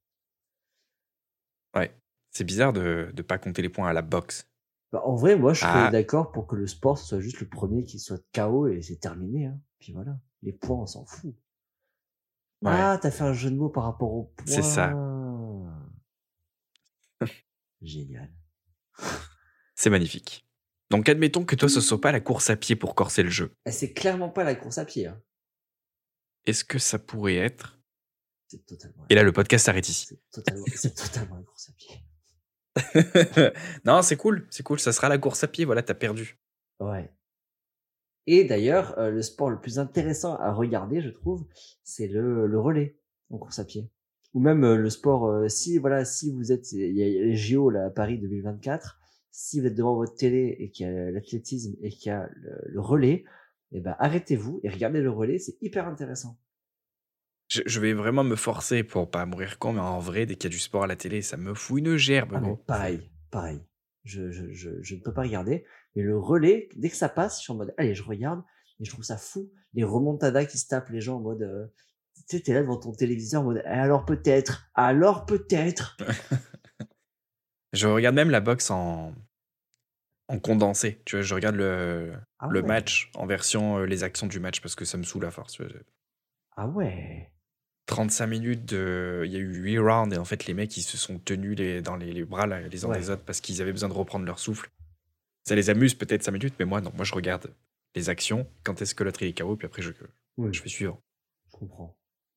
C'est bizarre de ne pas compter les points à la boxe. Bah, en vrai, moi, je suis Ah. d'accord pour que le sport ce soit juste le premier qui soit KO et c'est terminé. Hein. Puis voilà, les points, on s'en fout. Ouais. Ah, t'as fait un jeu de mots par rapport aux points. C'est ça. Génial. C'est magnifique. Donc, admettons que toi, ce soit pas la course à pied pour corser le jeu. Eh, C'est clairement pas la course à pied. hein. Est-ce que ça pourrait être. C'est totalement. Et là, le podcast s'arrête ici. C'est totalement, c'est totalement la course à pied. non, c'est cool, c'est cool. Ça sera la course à pied. Voilà, t'as perdu. Ouais. Et d'ailleurs, euh, le sport le plus intéressant à regarder, je trouve, c'est le, le relais en course à pied. Ou même euh, le sport, euh, si voilà, si vous êtes, il y a il y a les JO là à Paris 2024, si vous êtes devant votre télé et qu'il y a l'athlétisme et qu'il y a le, le relais, eh ben arrêtez-vous et regardez le relais, c'est hyper intéressant. Je, je vais vraiment me forcer pour pas mourir con, mais en vrai, dès qu'il y a du sport à la télé, ça me fout une gerbe. Ah, mais gros. pareil, pareil. Je, je, je, je ne peux pas regarder, mais le relais, dès que ça passe, je suis en mode, allez, je regarde, et je trouve ça fou, les remontadas qui se tapent les gens en mode, euh, tu sais, t'es là devant ton téléviseur en mode, Eh, alors peut-être, alors peut-être. Je regarde même la boxe en, en condensé. Tu vois, je regarde le, Ah le ouais. match en version euh, les actions du match parce que ça me saoule la force. tu vois. Ah ouais. 35 minutes de. Il y a eu 8 rounds et en fait, les mecs, ils se sont tenus les, dans les, les bras là, les uns Ouais. des autres parce qu'ils avaient besoin de reprendre leur souffle. Ça les amuse peut-être 5 minutes, mais moi, non. Moi, je regarde les actions, quand est-ce que l'autre il est KO, puis après, je, Oui, je vais suivre. je comprends.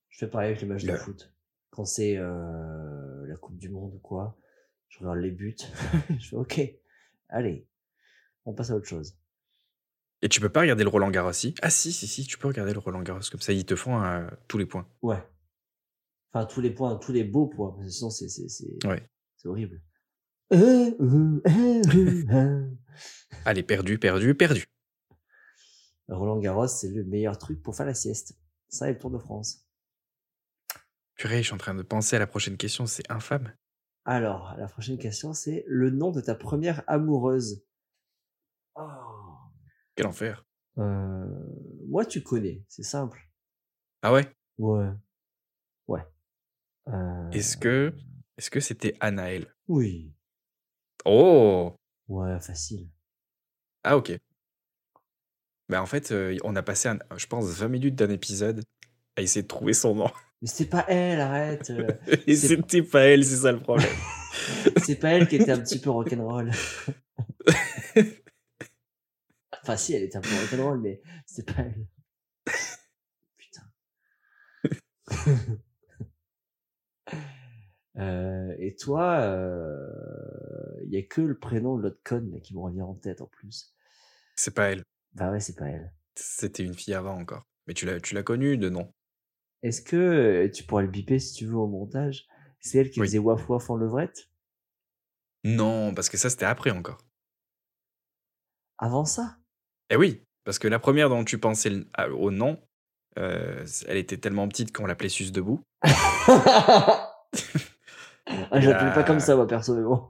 Je fais pareil avec les matchs de Le- foot. Quand c'est euh, la Coupe du Monde ou quoi, je regarde les buts. je fais OK, allez, on passe à autre chose. Et tu peux pas regarder le Roland Garros si Ah, si, si, si, tu peux regarder le Roland Garros comme ça, ils te font euh, tous les points. Ouais. Enfin, tous les points, tous les beaux points, parce que sinon c'est c'est c'est Ouais. c'est horrible. Euh, euh, euh, euh, euh. Allez, perdu, perdu, perdu. Euh, Roland Garros, c'est le meilleur truc pour faire la sieste. Ça et le Tour de France. Purée, je suis en train de penser à la prochaine question, c'est infâme. Alors, la prochaine question, c'est le nom de ta première amoureuse. Oh. Quel enfer. Euh, moi, tu connais, c'est simple. Ah ouais Ouais. Ouais. Euh, Est-ce que est-ce que c'était Anaël Oui. Oh Ouais, facile. Ah ok. Bah en fait, euh, on a passé, un- je pense, 20 minutes d'un épisode à essayer de trouver son nom. Mais c'était pas elle, arrête. euh, Et C'est- c'était pas elle, c'est ça le problème. C'est pas elle qui était un petit peu rock'n'roll. enfin, si, elle était un peu rock'n'roll, mais c'est pas elle. Putain. Euh, et toi, il y a que le prénom de l'autre conne là, qui me revient en tête en plus. c'est pas elle. Bah ouais, c'est pas elle. C'était une fille avant encore. Mais tu l'as, tu l'as connue de nom. Est-ce que euh, tu pourrais le biper si tu veux au montage C'est elle qui Oui. faisait waf waf en levrette Non, parce que ça c'était après encore. Avant ça Eh oui, parce que la première dont tu pensais le- à- au nom, euh, elle était tellement petite qu'on l'appelait Sus debout. ah, je l'appelais pas Ah. comme ça, moi, perso, mais bon.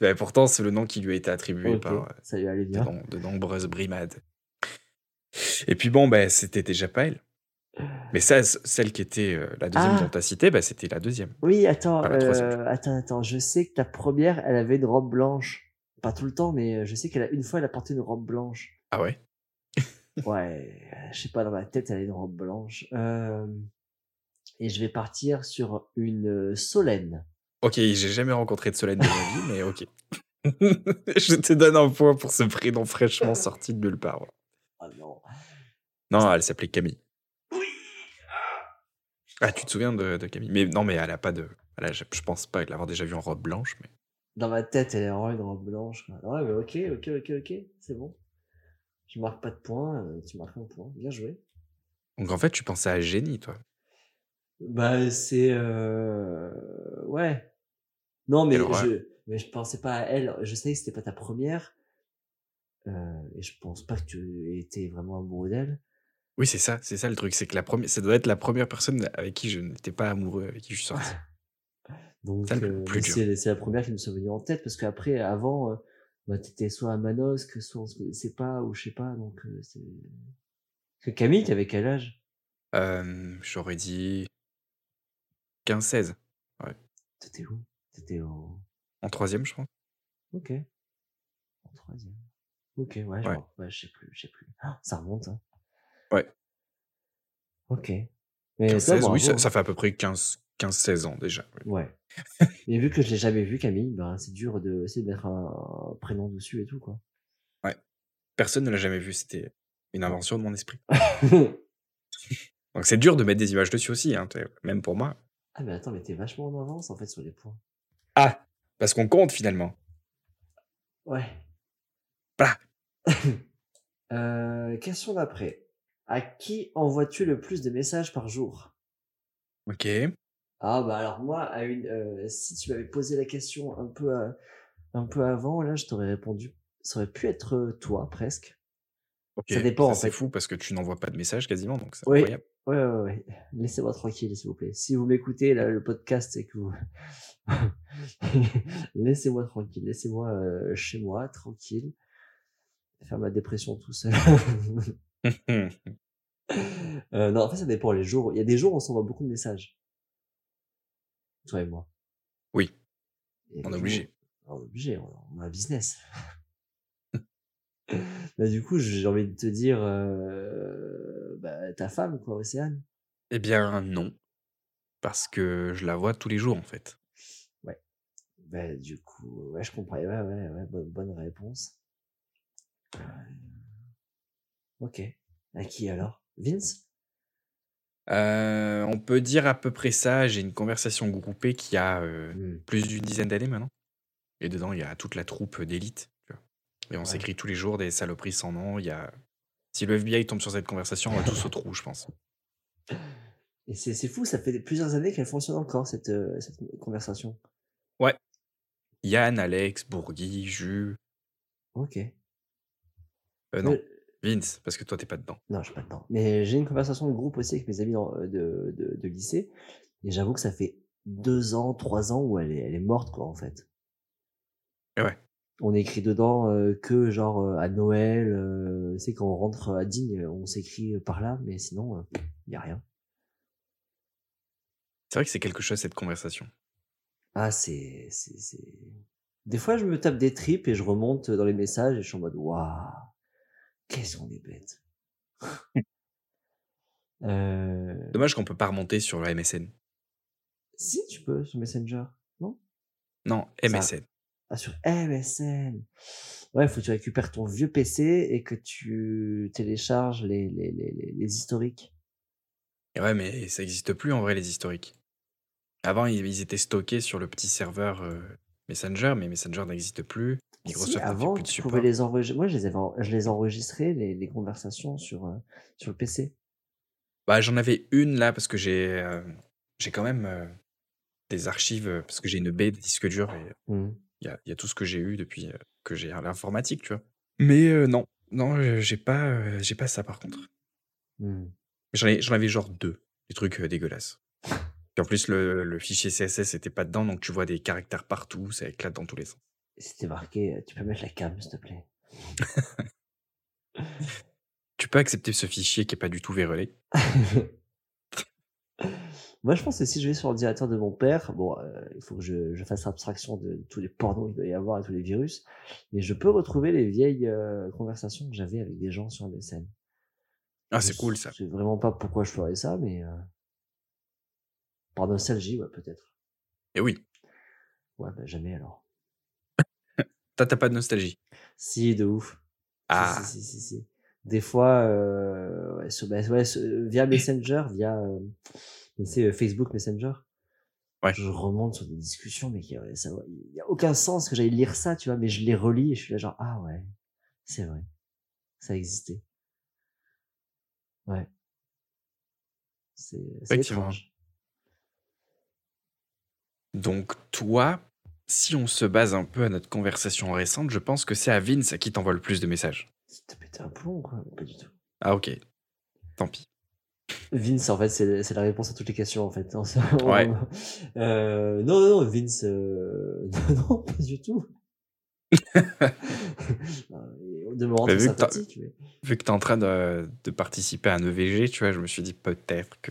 Bah, pourtant, c'est le nom qui lui a été attribué Ok, par euh, Ça lui allait de, bien. nom- de nombreuses brimades. Et puis bon, bah, c'était déjà pas elle. Mais ça, c- celle qui était euh, la deuxième Ah. dont t'as cité, bah, c'était la deuxième. Oui, attends, Ah, la troisième, euh, attends, attends. Je sais que ta première, elle avait une robe blanche. Pas tout le temps, mais euh, je sais qu'elle a une fois, elle a porté une robe blanche. Ah ouais Ouais, euh, je sais pas, dans ma tête, elle a une robe blanche. Euh, et je vais partir sur une euh, Solène. Ok, j'ai jamais rencontré de Solène de ma vie, mais ok. Je te donne un point pour ce prénom fraîchement sorti de nulle part. voilà. Ah non. Non, elle s'appelait Camille. Ah, tu te souviens de, de Camille Mais non, mais elle a pas de. elle a- je je pense pas l'avoir déjà vue en robe blanche, mais. Dans ma tête, elle a vraiment une robe blanche. quoi. Ouais, mais ok, ok, ok, ok, c'est bon. Je marque pas de point, euh, tu marques un point. Bien joué. Donc en fait, tu pensais à Génie, toi. Bah, c'est. Euh... Ouais. Non, mais Quelle horreur. je, mais je pensais pas à elle. Je sais que c'était pas ta première. Euh, et je pense pas que tu étais vraiment amoureux d'elle. Oui, c'est ça, c'est ça le truc. C'est que la première, ça doit être la première personne avec qui je n'étais pas amoureux, avec qui je suis sorti. Donc, Ça, le euh, plus dur. c'est c'est la première qui me soit venue en tête. Parce qu'après, avant, euh, bah, t'étais soit à Manosque, soit on se connaissait pas, ou je sais pas. Donc, euh, c'est. Parce que Camille, t'avais quel âge Euh, J'aurais dit 15-16, T'étais où T'étais au. en troisième, je pense. Ok. En troisième. Ok, ouais, je Ouais. vois. Ouais, je sais plus, je sais plus. Ah, ça remonte, hein. Ouais. Ok. Mais toi, 15-16, oui, bravo, ça, hein. ça fait à peu près 15 15-16 ans déjà. Ouais. Mais vu que je l'ai jamais vu, Camille, ben, c'est dur de essayer de mettre un un prénom dessus et tout, quoi. Personne ne l'a jamais vu, c'était une invention de mon esprit. ah, Donc c'est dur de mettre des images dessus aussi, hein, t'es- même pour moi. Ah, mais attends, mais t'es vachement en avance, en fait, sur les points. Ah, parce qu'on compte finalement. Ouais. Voilà. euh, question d'après. À qui envoies-tu le plus de messages par jour Ok. Ah bah alors moi, à une, euh, si tu m'avais posé la question un peu, à- un peu avant, là, je t'aurais répondu. Ça aurait pu être euh, toi, presque. ok. Ça dépend, en C'est fait. fou parce que tu n'envoies pas de message quasiment, donc c'est Oui. incroyable. Ouais, ouais, ouais. Laissez-moi tranquille, s'il vous plaît. Si vous m'écoutez, là, le podcast, c'est que vous... laissez-moi tranquille, laissez-moi euh, chez moi, tranquille. Faire ma dépression tout seul. Mmh Euh, non, en fait, ça dépend les jours. Il y a des jours où on s'envoie beaucoup de messages. Toi et moi. Oui. Et du on est coup, obligé. on est obligé, on, on a un business. bah, du coup, j'ai envie de te dire, euh, bah, ta femme, quoi, Océane. Eh bien, non. Parce que je la vois tous les jours, en fait. Ben, du coup, ouais, je comprends. Ouais, ouais, ouais, bonne, bonne réponse. Euh, Ok. À qui alors Vince Euh, on peut dire à peu près ça. J'ai une conversation groupée qui a euh, Hmm. plus d'une dizaine d'années maintenant. Et dedans, il y a toute la troupe d'élite. tu vois. Et on Ouais. s'écrit tous les jours des saloperies sans nom. Il y a... Si le FBI tombe sur cette conversation, on va tous au trou, je pense. Et c'est c'est fou, ça fait plusieurs années qu'elle fonctionne encore, cette, euh, cette conversation. Yann, Alex, Bourgui, Jules. Ok. Euh, non, Mais- Vince, parce que toi, t'es pas dedans. Non, je pas le temps. Mais j'ai une conversation de groupe aussi avec mes amis dans- euh, de, de, de lycée. Et j'avoue que ça fait deux ans, trois ans où elle est, elle est morte, quoi, en fait. Eh ouais. On écrit dedans euh, que, genre, euh, à Noël, euh, c'est quand on rentre à Digne, on s'écrit par là, mais sinon, euh, il n'y a rien. C'est vrai que c'est quelque chose, cette conversation. Ah, c'est, c'est, c'est... Des fois, je me tape des tripes et je remonte dans les messages et je suis en mode, waouh, qu'est-ce qu'on est bête. euh... Dommage qu'on peut pas remonter sur la MSN. Si, tu peux, sur Messenger. Non, Ça- MSN. Ah, sur MSN. Ouais, faut que tu récupères ton vieux PC et que tu télécharges les, les, les, les- les historiques. Et Ouais, mais ça existe plus en vrai, les historiques. Avant, ils ils étaient stockés sur le petit serveur euh, Messenger, mais Messenger n'existe plus. Microsoft Si, ne fait avant, plus de tu support. pouvais les enregistrer. Moi, je les, avais en- je les enregistrais, les, les conversations sur, euh, sur le PC. Bah, j'en avais une là parce que j'ai euh, j'ai quand même euh, des archives euh, parce que j'ai une baie de disque dur et Hmm. il y a, il y a tout ce que j'ai eu depuis euh, que j'ai l'informatique, tu vois. Mais euh, non, non, euh, j'ai pas euh, j'ai pas ça par contre. Hmm. J'en ai- j'en avais genre deux, des trucs euh, dégueulasses. Et en plus le, le fichier CSS était pas dedans donc tu vois des caractères partout, ça éclate dans tous les sens. C'était marqué, euh, tu peux mettre la cam, s'il te plaît. Tu peux accepter ce fichier qui est pas du tout vérolé. Moi, je pense que si je vais sur l'ordinateur de mon père, bon, euh, il faut que je, je fasse abstraction de tous les pornos qu'il doit y avoir et tous les virus, mais je peux retrouver les vieilles euh, conversations que j'avais avec des gens sur MSN. Ah c'est Je cool ça. sais vraiment pas pourquoi je ferais ça, mais euh, par nostalgie, ouais, peut-être. Et Eh oui, Ouais, bah, jamais alors. t'as t'as pas de nostalgie. Si, de ouf. Si, Ah. Si, si, si, si. Des fois, euh, ouais, sur, bah, ouais, sur- via Messenger, via euh, mais c'est, euh, Facebook Messenger, Ouais. je remonte sur des discussions, mais qui, ouais, ça, il y a aucun sens que j'aille lire ça, tu vois, mais je les relis et je suis là genre, ah ouais, c'est vrai, ça existait. Ouais. C'est c'est Effectivement. étrange. Donc toi, si on se base un peu à notre conversation récente, je pense que c'est à Vince à qui t'envoie le plus de messages. T'as pété un plomb, ou quoi Pas du tout. Ah ok, tant pis. Vince, en fait, c'est c'est la réponse à toutes les questions, en fait. En- Ouais. Euh, non, non, non, Vince, euh, non, non, pas du tout. Euh, de me rendre Mais Bah, vu que t'as- sympathique, mais... Vu que t'es en train de, de participer à un EVG, tu vois, je me suis dit peut-être que...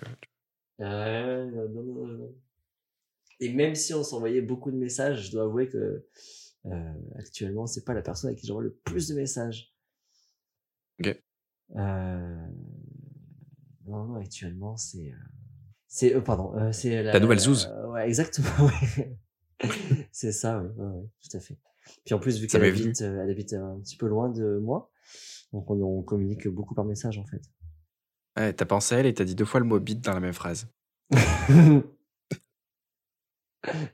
Euh, non, non, non, non, non. Et même si on s'envoyait beaucoup de messages, je dois avouer que euh, actuellement, c'est pas la personne à qui j'envoie le plus de messages. Ok. Euh, non, non, actuellement, c'est. euh, C'est. euh, pardon. euh, c'est la, Ta nouvelle zouze. euh, ouais, exactement. ouais. c'est ça, oui, ouais, ouais, tout à fait. Puis en plus, vu Ça qu'elle m'est venu. habite, euh, elle habite un petit peu loin de moi, donc on, on communique beaucoup par message en fait. Ouais, t'as pensé à elle et t'as dit deux fois le mot bite dans la même phrase.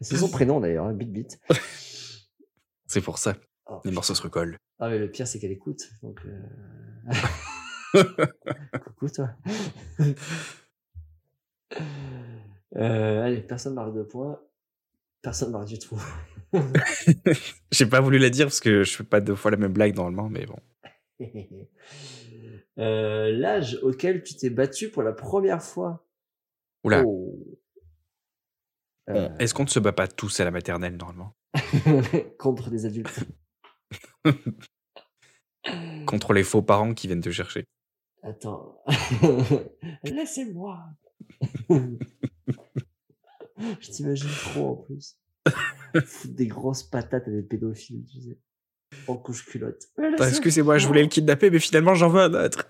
C'est son prénom d'ailleurs, hein, Bit Bit. C'est pour ça, Oh, les morceaux se recollent. Ah mais le pire c'est qu'elle écoute. Donc euh... coucou toi. Euh, allez, personne marque de points, personne marque du tout. J'ai pas voulu la dire parce que je fais pas deux fois la même blague normalement, mais bon. Euh, L'âge auquel tu t'es battu pour la première fois. Oula, Oh. on- Euh, est-ce qu'on ne se bat pas tous à la maternelle normalement contre des adultes. Mm. Contre les faux parents qui viennent te chercher. Ah, Attends. Laissez-moi. Je t'imagine trop en plus. Foutre des grosses patates à des pédophiles, tu sais. En couche culotte. Attends, Excusez-moi, je voulais le kidnapper, mais finalement j'en veux un autre.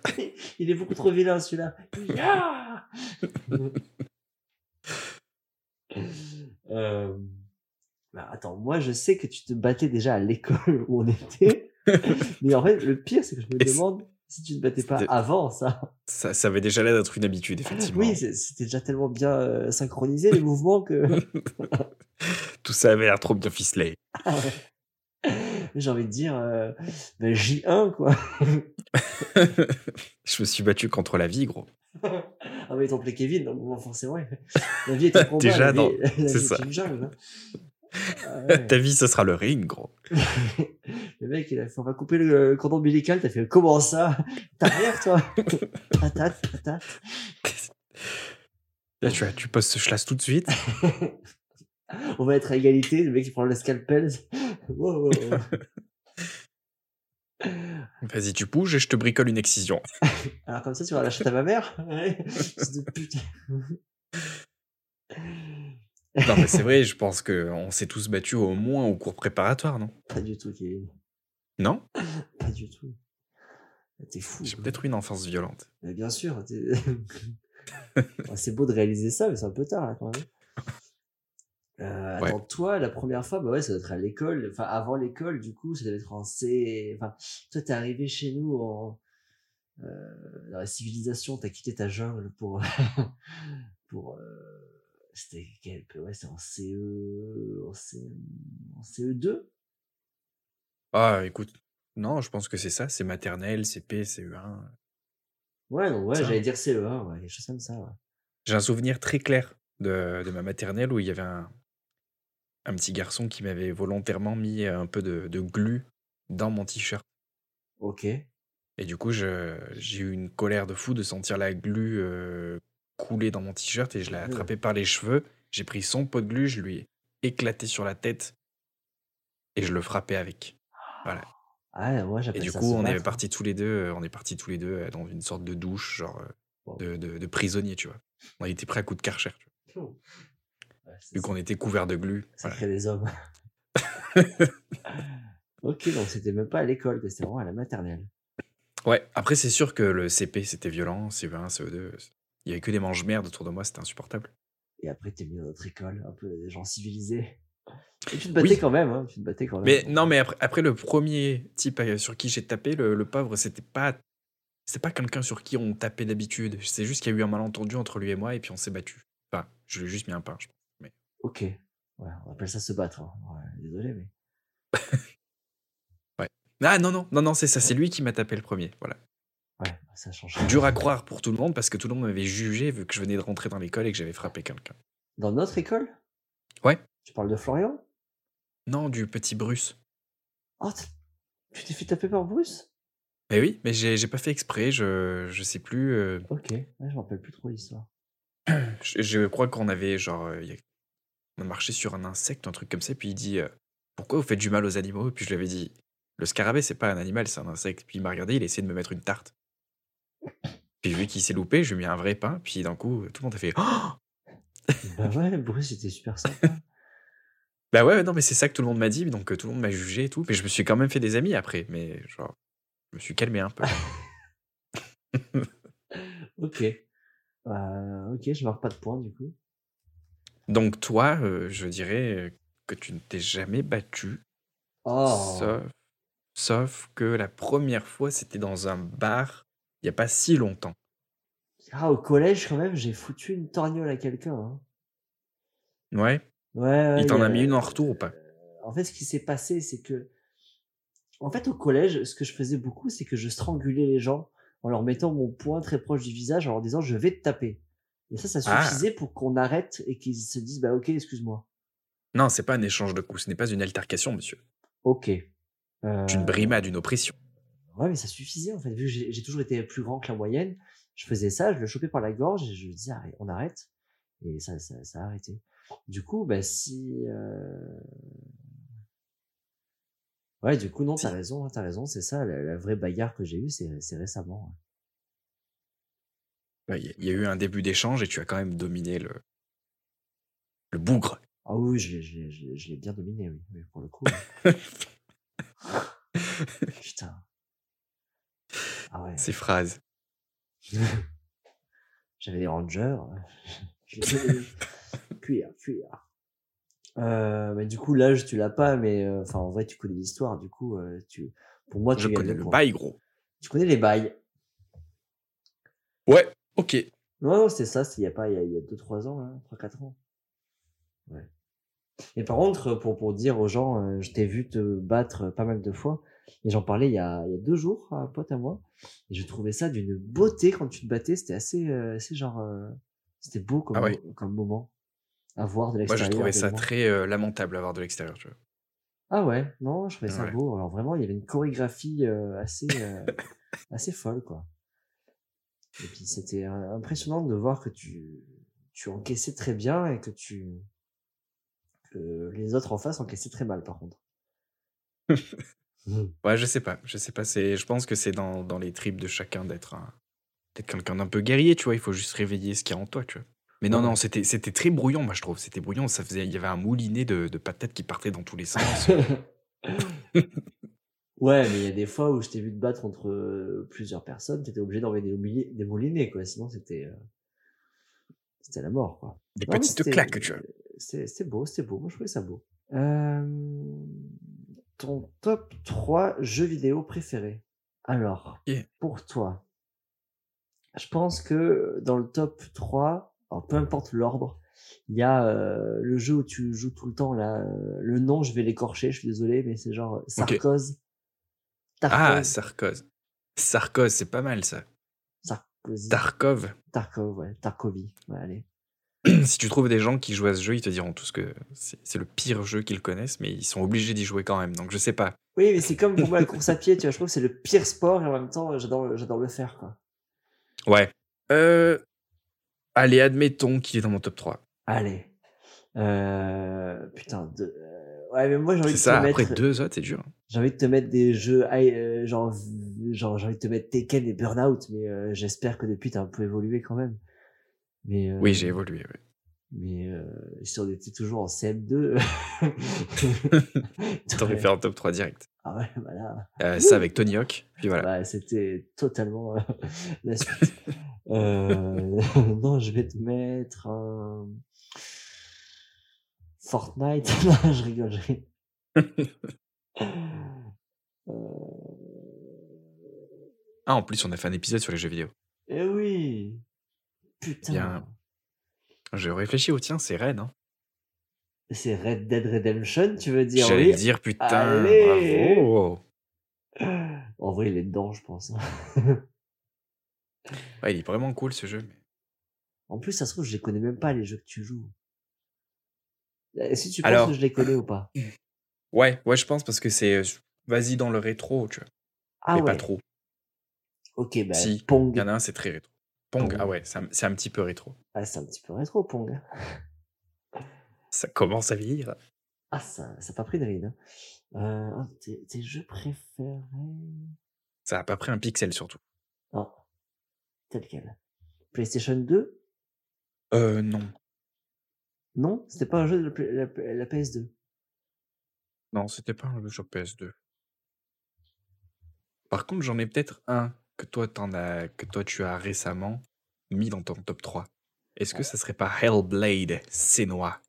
Il est beaucoup trop vilain celui-là. Ya Euh, bah, attends, moi je sais que tu te battais déjà à l'école où on était. mais en fait, le pire, c'est que je me Et c'est- demande si tu ne te battais pas C'était- avant ça. Ça, ça avait déjà l'air d'être une habitude, effectivement. Ah, Oui, c'est- c'était déjà tellement bien euh, synchronisé les mouvements que Tout ça avait l'air trop bien ficelé. j'ai envie de dire euh, bah, J1 quoi. je me suis battu contre la vie, gros. Ah mais ils t'ont appelé Kevin, donc bon, forcément. ouais. La vie est un combat. Déjà, la vie, non, la vie c'est est ça. une jungle. hein. Ah ouais. Ta vie, ce sera le ring, gros. Le mec, il a fait, on va couper le cordon ombilical. T'as fait, comment ça T'arrives, toi Patate, patate. Là, tu, as- tu poses ce schlass tout de suite. On va être à égalité. Le mec, il prend le scalpel. Wow, wow, wow. Vas-y, tu bouges et je te bricole une excision. Alors, comme ça, tu vas lâcher ta ma mère Ouais. Fils de pute. Non, mais c'est vrai, je pense qu'on s'est tous battus au moins au cours préparatoire, non Pas du tout, Kevin. Non Pas du tout. T'es fou. hein. J'ai peut-être eu une enfance violente. Mais bien sûr. t'es- Ouais, c'est beau de réaliser ça, mais c'est un peu tard, là, quand même. Euh, Ouais. Attends, toi, la première fois, bah ouais, ça doit être à l'école, enfin avant l'école, du coup, ça doit être en C. Enfin, toi, t'es arrivé chez nous en euh, dans la civilisation, t'as quitté ta jungle pour pour euh, c'était quel ouais, c'est en CE, en, CE, en E CE2. Ah, écoute, non, je pense que c'est ça. C'est maternelle, CP, CE1. Ouais, donc ouais, Ça. j'allais dire CE1, ouais, quelque chose comme ça. Ouais. J'ai un souvenir très clair de, de ma maternelle où il y avait un, un petit garçon qui m'avait volontairement mis un peu de, de glu dans mon t-shirt. Ok. Et du coup, je- j'ai eu une colère de fou de sentir la glu euh, couler dans mon t-shirt et je l'ai Ah ouais. attrapé par les cheveux. J'ai pris son pot de glu, je lui ai éclaté sur la tête et je le frappais avec. Ah, ouais, moi, Et j'appelle du ça coup, se on est battre. partis tous les deux, euh, on est partis tous les deux euh, dans une sorte de douche, genre euh, Wow. de, de, de prisonnier, tu vois. On était prêts à coups de karcher, tu vois. Ouais, c'est ça. vu qu'on était couverts de glu. Ça voilà. crée des hommes. ok, donc c'était même pas à l'école, que c'était vraiment à la maternelle. Ouais, après, c'est sûr que le CP, c'était violent, E CE1, CE2. euh, Il y avait que des manches merdes autour de moi, c'était insupportable. Et après, t'es mis dans notre école, un peu des gens civilisés. Et tu te battais Oui. quand même, hein, tu te battais quand même. Mais non, mais après, après le premier type euh, sur qui j'ai tapé, le, le pauvre, c'était pas. C'est pas quelqu'un sur qui on tapait d'habitude. C'est juste qu'il y a eu un malentendu entre lui et moi et puis on s'est battu. Enfin, je lui ai juste mis un pain. je pense. Ok, ouais, on appelle ça se battre. hein. Ouais, désolé, mais. Ah non, non, non, non, c'est ça, c'est lui qui m'a tapé le premier. Voilà. Ouais, ça change. Dur à croire pour tout le monde parce que tout le monde m'avait jugé vu que je venais de rentrer dans l'école et que j'avais frappé quelqu'un. Dans notre école Ouais. Tu parles de Florian Non, du petit Bruce. Oh, t- tu t'es fait taper par Bruce Mais Eh oui, mais j'ai j'ai pas fait exprès, je, je sais plus. euh, Ok, ouais, je me rappelle plus trop l'histoire. je, je crois qu'on avait genre. euh, il y a- on a marché sur un insecte, un truc comme ça, puis il dit euh, Pourquoi vous faites du mal aux animaux Et puis je lui avais dit Le scarabée, c'est pas un animal, c'est un insecte. Puis il m'a regardé, il a essayé de me mettre une tarte. Puis vu qu'il s'est loupé, je lui ai mis un vrai pain, puis d'un coup, tout le monde a fait Oh bah ouais, Bruce était super sympa. Bah ouais, non, mais c'est ça que tout le monde m'a dit, donc euh, tout le monde m'a jugé et tout. Mais je me suis quand même fait des amis après, mais genre, je me suis calmé un peu. Ah. ok. Euh, ok, je marque pas de points du coup. donc toi, euh, je dirais euh, que tu ne t'es jamais battu, Oh sauf, sauf que la première fois, c'était dans un bar, il n'y a pas si longtemps. Ah, au collège, quand même, j'ai foutu une torgnole à quelqu'un. hein. Ouais, Ouais, ouais, il t'en y a mis une en retour ou pas En fait, ce qui s'est passé, c'est que. En fait, au collège, ce que je faisais beaucoup, c'est que je strangulais les gens en leur mettant mon poing très proche du visage, en leur disant je vais te taper. Et ça, ça Ah. suffisait pour qu'on arrête et qu'ils se disent bah ok, excuse-moi. Non, c'est pas un échange de coups, ce n'est pas une altercation, monsieur. Ok. Euh, C'est une brimade, une oppression. Ouais, mais ça suffisait en fait. Vu que j'ai j'ai toujours été plus grand que la moyenne, je faisais ça, je le chopais par la gorge et je disais Arrête, on arrête. Et ça, ça, ça a arrêté. Du coup, bah si. euh, Ouais, du coup, non, t'as Si. raison, hein, t'as raison, c'est ça. La, la vraie bagarre que j'ai eue, c'est c'est récemment. ouais. Ouais, Il y a- il y a eu un début d'échange et tu as quand même dominé le, le bougre. Ah oui, je l'ai- je l'ai- je l'ai je l'ai bien dominé, oui, oui, pour le coup. oui. Putain. Ah ouais. Ces phrases. J'avais des rangers. J'étais des- cuir, cuir. Euh, mais du coup, l'âge, tu l'as pas, mais euh, enfin, en vrai, tu connais l'histoire. Du coup, euh, tu, pour moi, tu Je gagnes connais le le point. bail, gros. Tu connais les bails. Ouais, ok. Non, non, c'était ça, c'était il y a pas, il y a, il y a 2-3 ans, là, 3-4 ans. Ouais. Et par contre, euh, pour, pour dire aux gens, euh, je t'ai vu te battre euh, pas mal de fois, et j'en parlais il y, a, il y a deux jours à un pote à moi, et je trouvais ça d'une beauté quand tu te battais, c'était assez, euh, assez genre, euh, c'était beau comme, Ah ouais. mo- comme moment à voir de Moi, l'extérieur. je trouvais ça également. très euh, lamentable à voir de l'extérieur, tu vois. Ah ouais, non, je trouvais ça Ouais. beau. Alors vraiment, il y avait une chorégraphie euh, assez, euh, assez folle, quoi. Et puis c'était euh, impressionnant de voir que tu, tu encaissais très bien et que tu que les autres en face encaissaient très mal, par contre. Mm. Ouais, je sais pas, je sais pas. C'est, je pense que c'est dans, dans les tripes de chacun d'être un, d'être quelqu'un d'un peu guerrier, tu vois. Il faut juste réveiller ce qu'il y a en toi, tu vois. Mais non, Ouais. non, c'était, c'était très brouillon, moi je trouve. C'était brouillon. Ça faisait, il y avait un moulinet de, de patates qui partaient dans tous les Ah sens. ouais, mais il y a des fois où je t'ai vu te battre entre euh, plusieurs personnes, t'étais obligé d'envoyer des, mouli- des moulinets, quoi. Sinon, c'était euh, c'était la mort, quoi. Des Non, mais petites c'était- claques, tu vois. C'était c'était beau, c'était beau. Moi, je trouvais ça beau. Euh, ton top 3 jeux vidéo préférés. Alors, Ok. pour toi, je pense que dans le top 3, alors, peu importe l'ordre, il y a euh, le jeu où tu joues tout le temps. Là, euh, le nom, je vais l'écorcher, je suis désolé, mais c'est genre Sarkoz. Ah, Tarkov. Sarkoz. Sarkoz, c'est pas mal ça. Sarkozy. Tarkov. Tarkov, ouais. Tarkovi. Ouais, allez. si tu trouves des gens qui jouent à ce jeu, ils te diront tous que c'est, c'est le pire jeu qu'ils connaissent, mais ils sont obligés d'y jouer quand même. Donc je sais pas. Oui, mais c'est comme pour moi la course à pied, tu vois, je trouve que c'est le pire sport et en même temps, j'adore, j'adore le faire, quoi. Ouais. Euh... Allez, admettons qu'il est dans mon top 3. Allez. Euh, putain, de... euh, ouais, mais moi j'ai envie, C'est de ça, te après mettre... deux autres, c'est dur. j'ai envie de te mettre des jeux, ah, euh, genre, v- genre j'ai envie de te mettre Tekken et Burnout, mais euh, j'espère que depuis t'as un peu évolué quand même. Mais, euh, Oui, j'ai évolué. ouais. Mais euh, si on était toujours en CM2, T'aurais t'aurais- fait un top 3 direct. Ah ouais, voilà. Euh, ça avec Tony Hawk, puis voilà. Bah, c'était totalement euh, la suite. Euh, non, je vais te mettre un... Fortnite. non, je rigole, je rigole. Euh, Ah, en plus, on a fait un épisode sur les jeux vidéo. Eh oui Putain Bien. Je réfléchis au tien, c'est raide. Hein. C'est Red Dead Redemption, tu veux dire J'allais oui le dire, putain, Allez. bravo. En vrai, il est dedans, je pense. hein. Ouais, il est vraiment cool ce jeu. mais- En plus, ça se trouve, je les connais même pas, les jeux que tu joues. Est-ce que tu penses Alors- que je les connais ou pas Ouais, ouais, je pense parce que c'est. euh, Vas-y dans le rétro, tu vois. Ah mais ouais, pas trop. ok, bah, Si, Pong. Il y en a un, c'est très rétro. Pong, Pong. ah ouais, c'est un, c'est un petit peu rétro. Ah, c'est un petit peu rétro, Pong. hein. Ça commence à vieillir. Ah, ça ça a pas pris de ride. hein. Euh, ah, tes, tes jeux préférés Ça a pas pris un pixel surtout. Non, tel quel. PlayStation 2 Euh, non. Non, c'était pas un jeu de la P- la, la PS2. Non, c'était pas un jeu sur PS2. Par contre, j'en ai peut-être un que toi, t'en as, que toi tu as récemment mis dans ton top 3. Est-ce que ça serait pas Hellblade Senua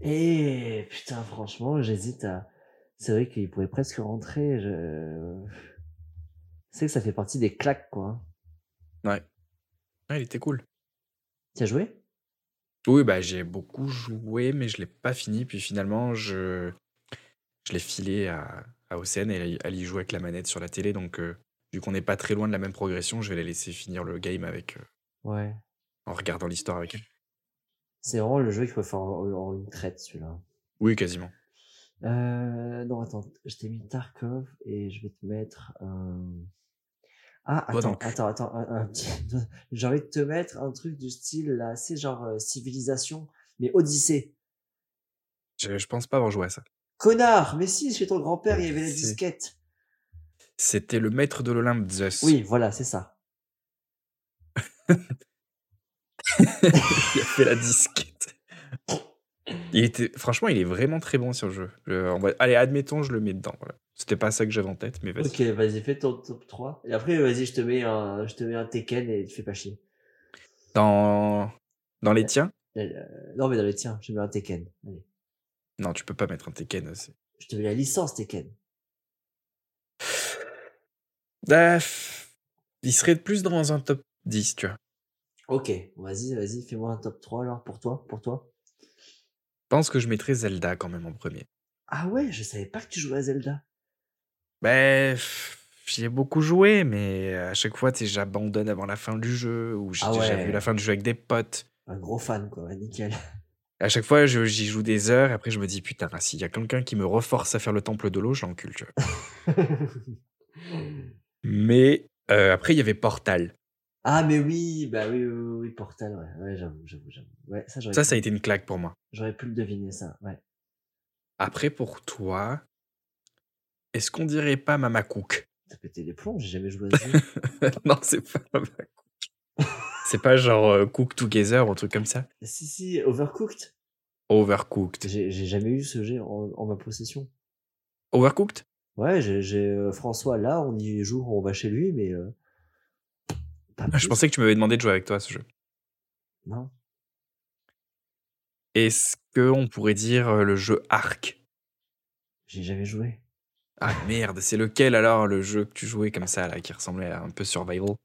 Et Eh, putain, franchement, j'hésite à. C'est vrai qu'il pourrait presque rentrer. Je... C'est que ça fait partie des claques, quoi. Ouais, Ah, il était cool. Tu as joué Oui, bah j'ai beaucoup joué, mais je l'ai pas fini. Puis finalement, je, je l'ai filé à, à Océane et elle y- elle y jouait avec la manette sur la télé. Donc, euh, vu qu'on n'est pas très loin de la même progression, je vais la laisser finir le game avec, euh, Ouais. en regardant l'histoire avec elle. C'est vraiment le jeu qu'il faut faire en, en une traite, celui-là. Oui, quasiment. Euh, non, attends, je t'ai mis Tarkov et je vais te mettre un. Ah, Doigt dans attends, le attends, attends, un, un petit. J'ai envie de te mettre un truc du style, là, c'est genre euh, civilisation, mais Odyssée. Je, je pense pas avoir joué à ça. Connard, mais si, chez ton grand-père, il y avait la Odyssée. disquette. C'était le maître de l'Olympe Zeus. Oui, voilà, c'est ça. Il a fait la disquette. Il était, franchement, il est vraiment très bon sur le jeu. Je- on va- allez, admettons, je le mets dedans. Voilà. C'était pas ça que j'avais en tête, mais vas-y. Ok, vas-y, fais ton top 3. Et après, vas-y, je te mets un, je te mets un Tekken et tu fais pas chier. Dans, dans les tiens Euh, non, mais dans les tiens, je mets un Tekken. Allez. Non, tu peux pas mettre un Tekken. euh, c'est- Je te mets la licence Tekken. Ah, pff, il serait plus dans un top 10, tu vois. Ok, vas-y, vas-y, fais-moi un top 3 alors pour toi, pour toi. Je pense que je mettrais Zelda quand même en premier. Ah ouais, je savais pas que tu jouais à Zelda. Ben, pff, j'y ai beaucoup joué, mais euh, à chaque fois, tu sais, j'abandonne avant la fin du jeu, ou j'ai Ah déjà ouais. vu la fin du jeu avec des potes. Un gros fan, quoi, nickel. À chaque fois, je- j'y joue des heures, et après, je me dis, putain, s'il y a quelqu'un qui me reforce à faire le temple de l'eau, je l'encule, tu vois. Mais euh, après, il y avait Portal. ah, mais oui, bah oui, oui, oui, oui, Portal, ouais, ouais, j'avoue, j'avoue, j'avoue. Ouais, ça, j'aurais Ça, pu- ça a été une claque pour moi. j'aurais pu le deviner, ça, ouais. Après, pour toi, est-ce qu'on dirait pas Mama Cook T'as pété les plombs, j'ai jamais joué à ce jeu. Non, c'est pas Mama Cook. c'est pas genre euh, Cook Together ou un truc comme ça si, si, Overcooked. Overcooked. J'ai j'ai jamais eu ce jeu en, en ma possession. Overcooked Ouais, j'ai j'ai, euh, François là, on y joue, on va chez lui, mais. euh, pas Ah, Je plus. pensais que tu m'avais demandé de jouer avec toi à ce jeu. Non. Est-ce qu'on pourrait dire euh, le jeu Arc J'ai jamais joué. Ah merde, c'est lequel alors le jeu que tu jouais comme ça là, qui ressemblait à un peu Survival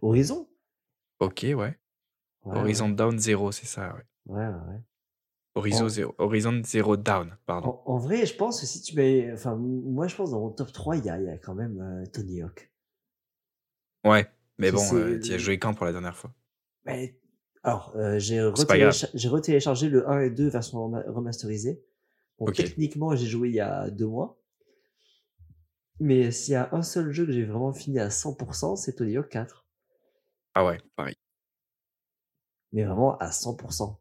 Horizon Ok, ouais. Ouais, Horizon Down Zero, c'est ça, ouais. Ouais, ouais, ouais. Horizon, Oh. Zero, Horizon Zero Down, pardon. En, en vrai, je pense que si tu mets. Enfin, moi, je pense dans mon top 3, il y a, il y a quand même euh, Tony Hawk. Ouais, mais Oh. Ça, c'est bon, euh, t'y as le- joué quand pour la dernière fois Mais, Bah, alors, euh, j'ai C'est pas grave. retélécha- j'ai retéléchargé le 1 et 2 version rema- remasterisée. Donc, Ok. techniquement, j'ai joué il y a deux mois. Mais s'il y a un seul jeu que j'ai vraiment fini à 100%, c'est Tony Hawk 4. Ah ouais, pareil. Mais vraiment à 100%.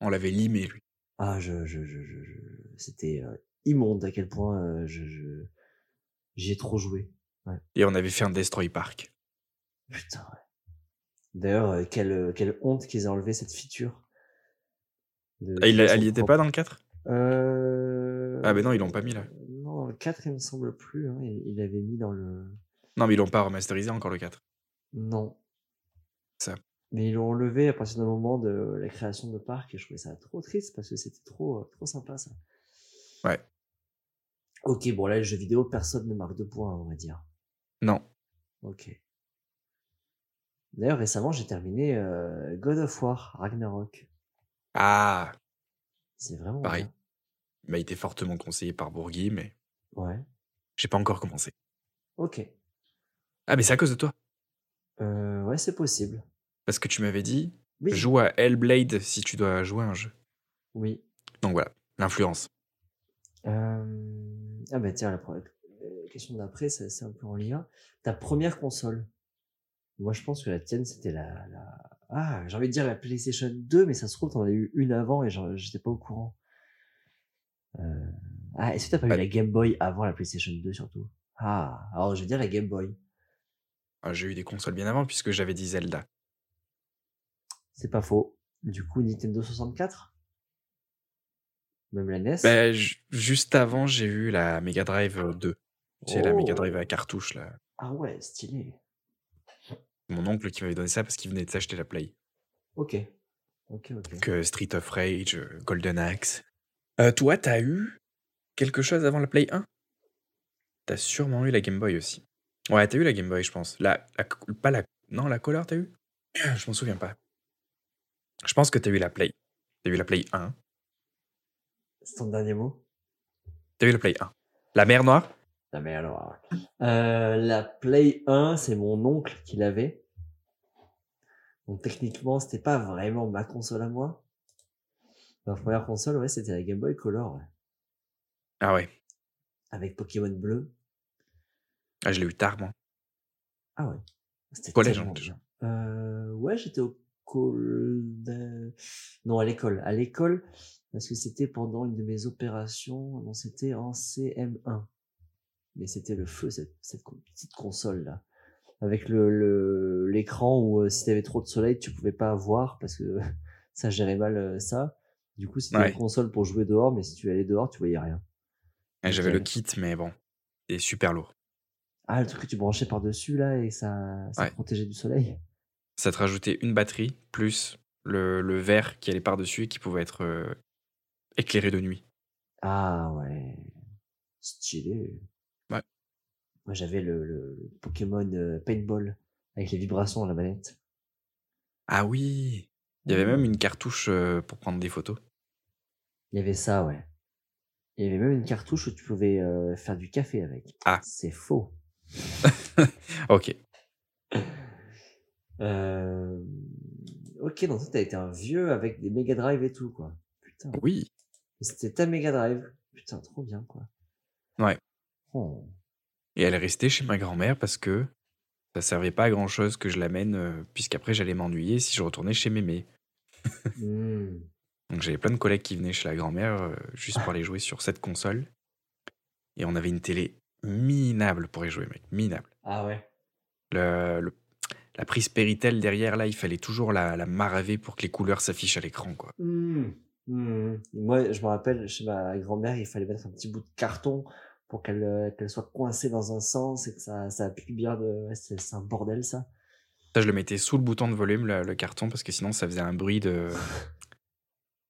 On l'avait limé, lui. Ah, je, je, je, je, je- c'était euh, immonde à quel point euh, je, je, j'y ai trop joué. Et on avait fait un Destroy Park. Putain. ouais. D'ailleurs, euh, quelle, euh, quelle honte qu'ils aient enlevé cette feature. De- Ah, il, de a- son elle y était pas propre- dans le 4 Euh, Ah, ben non, ils l'ont pas mis, là. Non, dans le 4, il me semble plus. hein, Il, il l'avait mis dans le. Non, mais ils l'ont pas remasterisé encore le 4. Non. Ça. Mais ils l'ont enlevé à partir d'un moment de la création de parc et je trouvais ça trop triste parce que c'était trop, euh, trop sympa ça. Ouais. Ok, bon là, les jeux vidéo, personne ne marque de points, on va dire. Non. Ok. D'ailleurs, récemment, j'ai terminé euh, God of War, Ragnarok. Ah C'est vraiment. Pareil. bien. Bah, il était fortement conseillé par Bourgui, mais Ouais. j'ai pas encore commencé. Ok. Ah, mais c'est à cause de toi. Euh, ouais, c'est possible. Parce que tu m'avais dit, Oui. joue à Hellblade si tu dois jouer à un jeu. Oui. Donc voilà, l'influence. Euh, Ah bah tiens, la pro- euh, question d'après, c'est c'est un peu en lien. Ta première console. Moi, je pense que la tienne, c'était la, la- Ah, j'ai envie de dire la PlayStation 2, mais ça se trouve, t'en as eu une avant et j'en- j'étais pas au courant. Euh, Ah, est-ce que t'as pas eu Ah. la Game Boy avant la PlayStation 2, surtout Ah, alors je vais dire la Game Boy. Ah, j'ai eu des consoles bien avant, puisque j'avais dit Zelda. C'est pas faux. Du coup, Nintendo 64 Même la E NES Bah, ju- juste avant, j'ai eu la Mega Drive euh, 2. C'est la Oh. Mega Drive à cartouche, là. Ah ouais, stylé. Mon oncle qui m'avait donné ça parce qu'il venait de s'acheter la Play. Ok. Ok, ok. Donc euh, Street of Rage, euh, Golden Axe. Euh, toi, t'as eu quelque chose avant la Play 1 T'as sûrement eu la Game Boy aussi. Ouais, t'as eu la Game Boy, je pense. La, la co- pas la, non, la Color, t'as eu Je m'en souviens pas. Je pense que t'as eu la Play. T'as eu la Play 1. C'est ton dernier mot T'as eu la Play 1. La mer noire Non mais alors, euh, la Play 1, c'est mon oncle qui l'avait. Donc techniquement, c'était pas vraiment ma console à moi. Ma première console, ouais, c'était la Game Boy Color, ouais, Ah ouais. avec Pokémon bleu. Ah, je l'ai eu tard, moi. Ah ouais. C'était Collège, tellement hein, déjà. bien. Euh, ouais, j'étais au collège. Non, à l'école. À l'école, parce que c'était pendant une de mes opérations. Non, c'était en CM1. Mais c'était le feu, cette, cette con- petite console-là. Avec le- le l'écran où euh, si t'avais trop de soleil, tu pouvais pas voir parce que ça gérait mal euh, ça. Du coup, c'était Ouais. une console pour jouer dehors, mais si tu allais dehors, tu voyais rien. Ah, J'avais le Nickel. kit, mais bon. C'est super lourd. Ah, le truc que tu branchais par-dessus là et ça, ça Ouais. protégeait du soleil. ça te rajoutait une batterie plus le, le verre qui allait par-dessus et qui pouvait être euh, éclairé de nuit. Ah ouais. Stylé. Ouais. Moi, j'avais le, le- le Pokémon euh, Paintball avec les vibrations à la manette. Ah oui Il y avait même une cartouche euh, pour prendre des photos. Il y avait ça, ouais. Il y avait même une cartouche où tu pouvais euh, faire du café avec. Ah. C'est faux. Ok. Euh... Ok, donc toi, t'as été un vieux avec des Mega Drive et tout, quoi. Putain. Oui. C'était ta Mega Drive. Putain, trop bien, quoi. Ouais. Oh. Et elle est restée chez ma grand-mère parce que ça servait pas à grand-chose que je l'amène, euh, puisqu'après j'allais m'ennuyer si je retournais chez mémé. Hmm. Donc j'avais plein de collègues qui venaient chez la grand-mère euh, juste pour aller jouer sur cette console. Et on avait une télé minable pour y jouer, mec. Minable. Ah ouais. Le- le- la prise Péritel derrière, là, il fallait toujours la, la maraver pour que les couleurs s'affichent à l'écran, quoi. Hmm. Hmm. Moi, je me rappelle, chez ma grand-mère, il fallait mettre un petit bout de carton pour qu'elle euh, qu'elle soit coincée dans un sens et que ça, ça appuie bien. De... ouais, c'est c'est un bordel, ça. Ça, je le mettais sous le bouton de volume, le, le carton, parce que sinon, ça faisait un bruit de,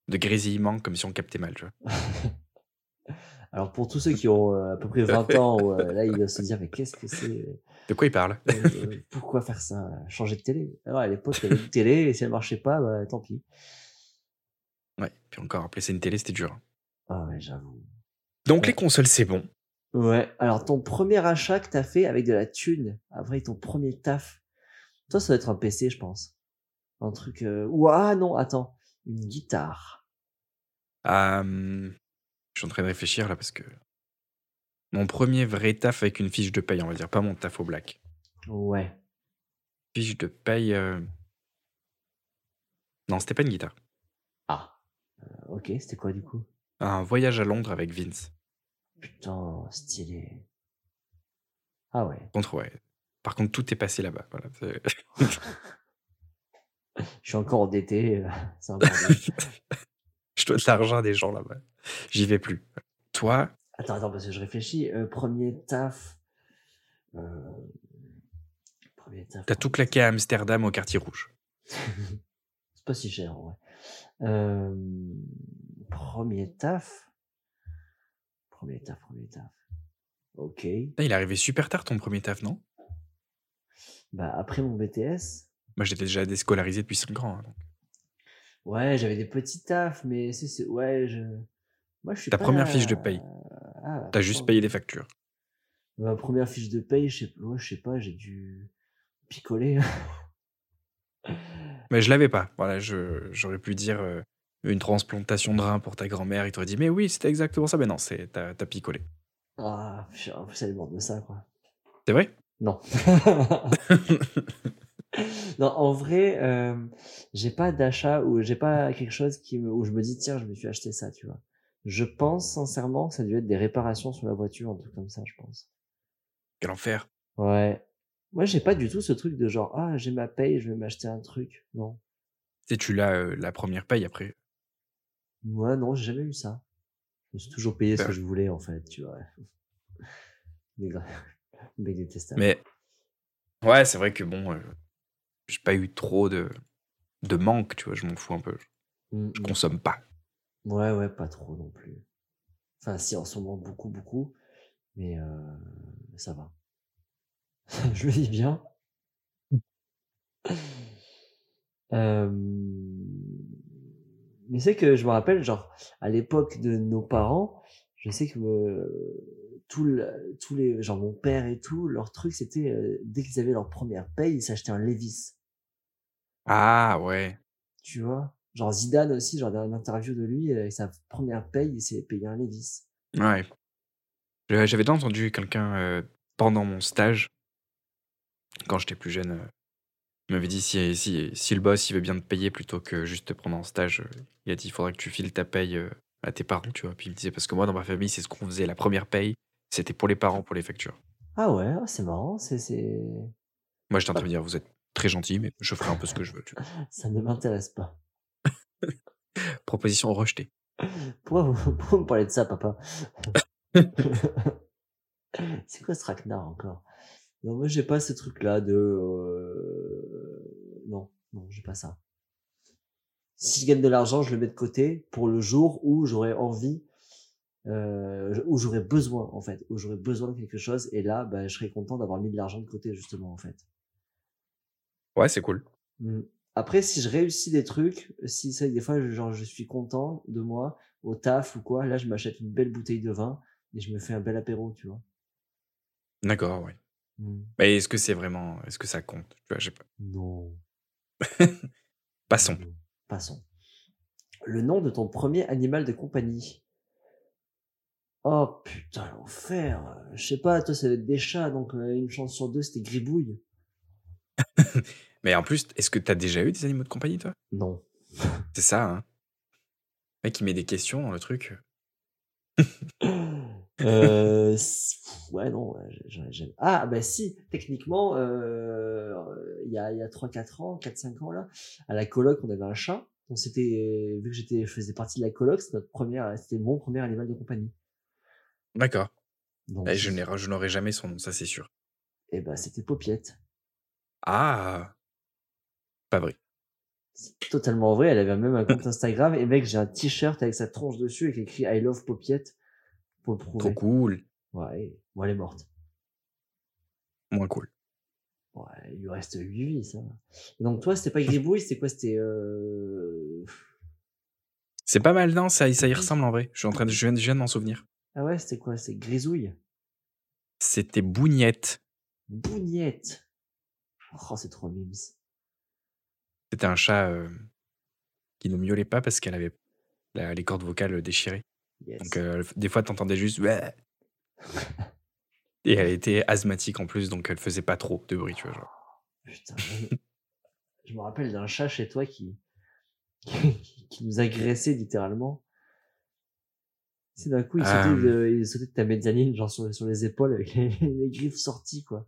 de grésillement, comme si on captait mal, tu vois. Alors, pour tous ceux qui ont euh, à peu près 20 ans, où, euh, là, ils doivent se dire, mais qu'est-ce que c'est euh, De quoi il parle Euh, pourquoi faire ça Changer de télé Alors à l'époque, il y avait une télé, et si elle marchait pas, bah, tant pis. Ouais, puis encore, appeler ça une télé, c'était dur. hein. Ah ouais, j'avoue. Donc, Ouais. les consoles, c'est bon. Ouais, alors ton premier achat que t'as fait avec de la thune, après ton premier taf, toi, ça doit être un PC, je pense. Un truc... Euh... Ou ah non, attends, une guitare. Ah, hum, je suis en train de réfléchir, là, parce que... Mon premier vrai taf avec une fiche de paye, on va dire, pas mon taf au black. Ouais. Fiche de paye... euh, Non, c'était pas une guitare. Ah. Euh, ok, c'était quoi du coup Un voyage à Londres avec Vince. Putain, stylé. Ah ouais, Par contre, ouais. Par contre, tout est passé là-bas. Voilà. c'est- je suis encore endetté, euh, c'est un bordel. Je dois de l'argent à des gens là-bas. J'y vais plus. Toi, Attends, attends, parce que je réfléchis. Euh, premier taf. Euh... Premier taf. T'as tout claqué à Amsterdam au quartier rouge. C'est pas si cher, ouais. Euh... Premier taf. Premier taf, premier taf. Ok. Putain, il est arrivé super tard ton premier taf, non Bah, après mon BTS, Moi j'étais déjà déscolarisé depuis 5 ans. hein, donc. ouais, j'avais des petits tafs, mais c'est. c'est- Ouais, je. Moi, je suis Ta pas- première fiche de paye. Ah, T'as juste attends. payé les factures. Ma première fiche de paye, je sais, ouais, je sais pas, j'ai dû picoler. Mais je l'avais pas. Voilà, je- j'aurais pu dire euh, une transplantation de rein pour ta grand-mère. Il t'aurait dit mais oui c'était exactement ça. Mais non, c'est t'as t'as picolé. Ah, putain, en plus, elle est morte de ça, quoi. C'est vrai Non. non, en vrai, euh, j'ai pas d'achat ou j'ai pas quelque chose qui me, où je me dis tiens, je me suis acheté ça, tu vois. Je pense sincèrement que ça a dû être des réparations sur la voiture, un truc comme ça, je pense. Quel enfer. Ouais. Moi, j'ai pas du tout ce truc de genre ah, j'ai ma paye, je vais m'acheter un truc. Non. Tu sais, tu l'as euh, la première paye après. Moi, non, j'ai jamais eu ça. Je me suis toujours payé ce que je voulais, en fait, tu vois. Mais grave. Mais détestable. Mais ouais, c'est vrai que bon, euh, j'ai pas eu trop de de manque. Tu vois, je m'en fous un peu. Mm, Je mm. consomme pas. Ouais, ouais, pas trop non plus. Enfin, si, en ce moment, beaucoup, beaucoup. Mais euh, ça va. Je le vis bien. Euh, Mais c'est que je me rappelle, genre, à l'époque de nos parents, je sais que euh, tout le- tous les, genre mon père et tout, leur truc, c'était euh, dès qu'ils avaient leur première paye, ils s'achetaient un Levis Ah ouais. tu vois. Genre Zidane aussi, genre dans une interview de lui, euh, avec sa première paye, il s'est payé un Levis. Ouais. Je- J'avais déjà entendu quelqu'un euh, pendant mon stage, quand j'étais plus jeune, euh, il m'avait dit si, si, si le boss il veut bien te payer plutôt que juste te prendre en stage, euh, il a dit il faudrait que tu files ta paye euh, à tes parents, tu vois. Puis il me disait parce que moi dans ma famille c'est ce qu'on faisait, la première paye c'était pour les parents, pour les factures. Ah ouais, ah, c'est marrant, c'est, c'est... Moi j'étais en train de dire vous êtes très gentil, mais je ferai un peu ce que je veux. tu vois. ça ne m'intéresse pas. Proposition rejetée. Pourquoi vous, pourquoi vous me parlez de ça, papa C'est quoi ce traquenard encore Non, moi j'ai pas ce truc-là de... euh, Non. Non, j'ai pas ça. Si je gagne de l'argent, je le mets de côté pour le jour où j'aurai envie, euh, où j'aurai besoin, en fait, où j'aurai besoin de quelque chose. Et là, bah, je serai content d'avoir mis de l'argent de côté, justement, en fait. Ouais, c'est cool. Mm. Après, si je réussis des trucs, si ça, des fois, je- genre, je suis content de moi, au taf ou quoi, là, je m'achète une belle bouteille de vin et je me fais un bel apéro, tu vois. D'accord, ouais. Mm. Mais est-ce que c'est vraiment. Est-ce que ça compte Tu vois, j'ai pas. Non. Passons. Non. Passons. Le nom de ton premier animal de compagnie. Oh putain, l'enfer. Je sais pas, toi, ça va être des chats, donc euh, une chance sur deux, c'était gribouille. Mais en plus, est-ce que t'as déjà eu des animaux de compagnie, toi Non. C'est ça, hein Le mec, il met des questions dans le truc. Euh, s- pff, ouais, non. ouais, j'ai- j'ai- j'ai- Ah, bah si, techniquement, euh, il y a, il y a 3-4 ans, 4-5 ans, là, à la coloc, on avait un chat. On s'était, vu que j'étais, je faisais partie de la coloc, c'était notre première, c'était mon premier animal de compagnie. D'accord. Donc, Eh, Je n'ai- je n'aurai jamais son nom, ça, c'est sûr. eh ben, c'était Popiette. Ah Pas vrai. totalement vrai. Elle avait même un compte Instagram. Et mec, j'ai un t-shirt avec sa tronche dessus avec écrit I love Popiette pour le Trop prouver. cool. Ouais, bon, elle est morte. Moins cool. Ouais, il lui reste 8 vies, ça. va. Et donc, toi, c'était pas Gribouille, c'était quoi C'était. Euh... C'est pas mal, non ça, ça y ressemble en vrai. Je, suis en train de, je viens, je viens de m'en souvenir. Ah ouais, c'était quoi C'est Grisouille C'était Bougnette. Bougnette Oh, c'est trop mimes. C'était un chat euh, qui ne miaulait pas parce qu'elle avait la- les cordes vocales déchirées. Yes. Donc euh, des fois, t'entendais juste. Ouais. Et elle était asthmatique en plus, donc elle faisait pas trop de bruit, tu vois. genre. Putain. je- je me rappelle d'un chat chez toi qui. qui qui nous agressait littéralement. C'est d'un coup, il sautait, de, il sautait de ta mezzanine, genre sur, sur les épaules, avec les, les griffes sorties, quoi.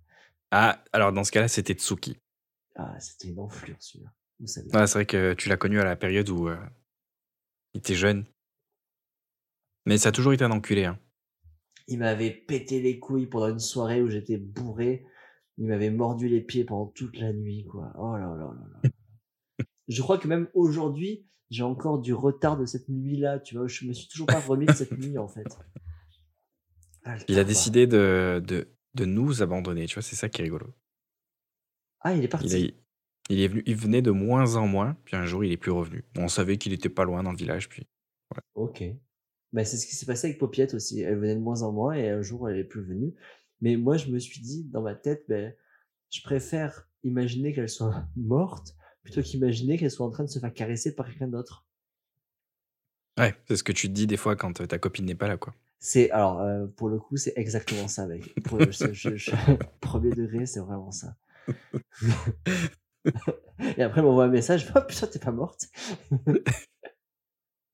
Ah, alors dans ce cas-là, c'était Tsuki. Ah, c'était une enflure, celui-là. Ou celle-là. Ah, c'est vrai que tu l'as connu à la période où euh, il était jeune. Mais ça a toujours été un enculé. Hein. Il m'avait pété les couilles pendant une soirée où j'étais bourré. Il m'avait mordu les pieds pendant toute la nuit, quoi. Oh là là là là. je crois que même aujourd'hui, j'ai encore du retard de cette nuit-là, tu vois. Je me suis toujours pas remis de cette nuit, en fait. Ah, le Il a tarbat. décidé de, de, de nous abandonner, tu vois, c'est ça qui est rigolo. Ah, il est parti. Il, a- il est venu, il venait de moins en moins, puis un jour il est plus revenu. On savait qu'il était pas loin dans le village, puis Ok. Bah, c'est ce qui s'est passé avec Popiette aussi. Elle venait de moins en moins et un jour elle est plus venue. Mais moi, je me suis dit dans ma tête, ben, je préfère imaginer qu'elle soit morte plutôt qu'imaginer qu'elle soit en train de se faire caresser par quelqu'un d'autre. ouais, c'est ce que tu te dis des fois quand euh, ta copine n'est pas là, quoi. C'est alors euh, pour le coup, c'est exactement ça, mec. Pour le, je- je- je- premier degré, c'est vraiment ça. et après, elle m'envoie un message. Oh putain, t'es pas morte.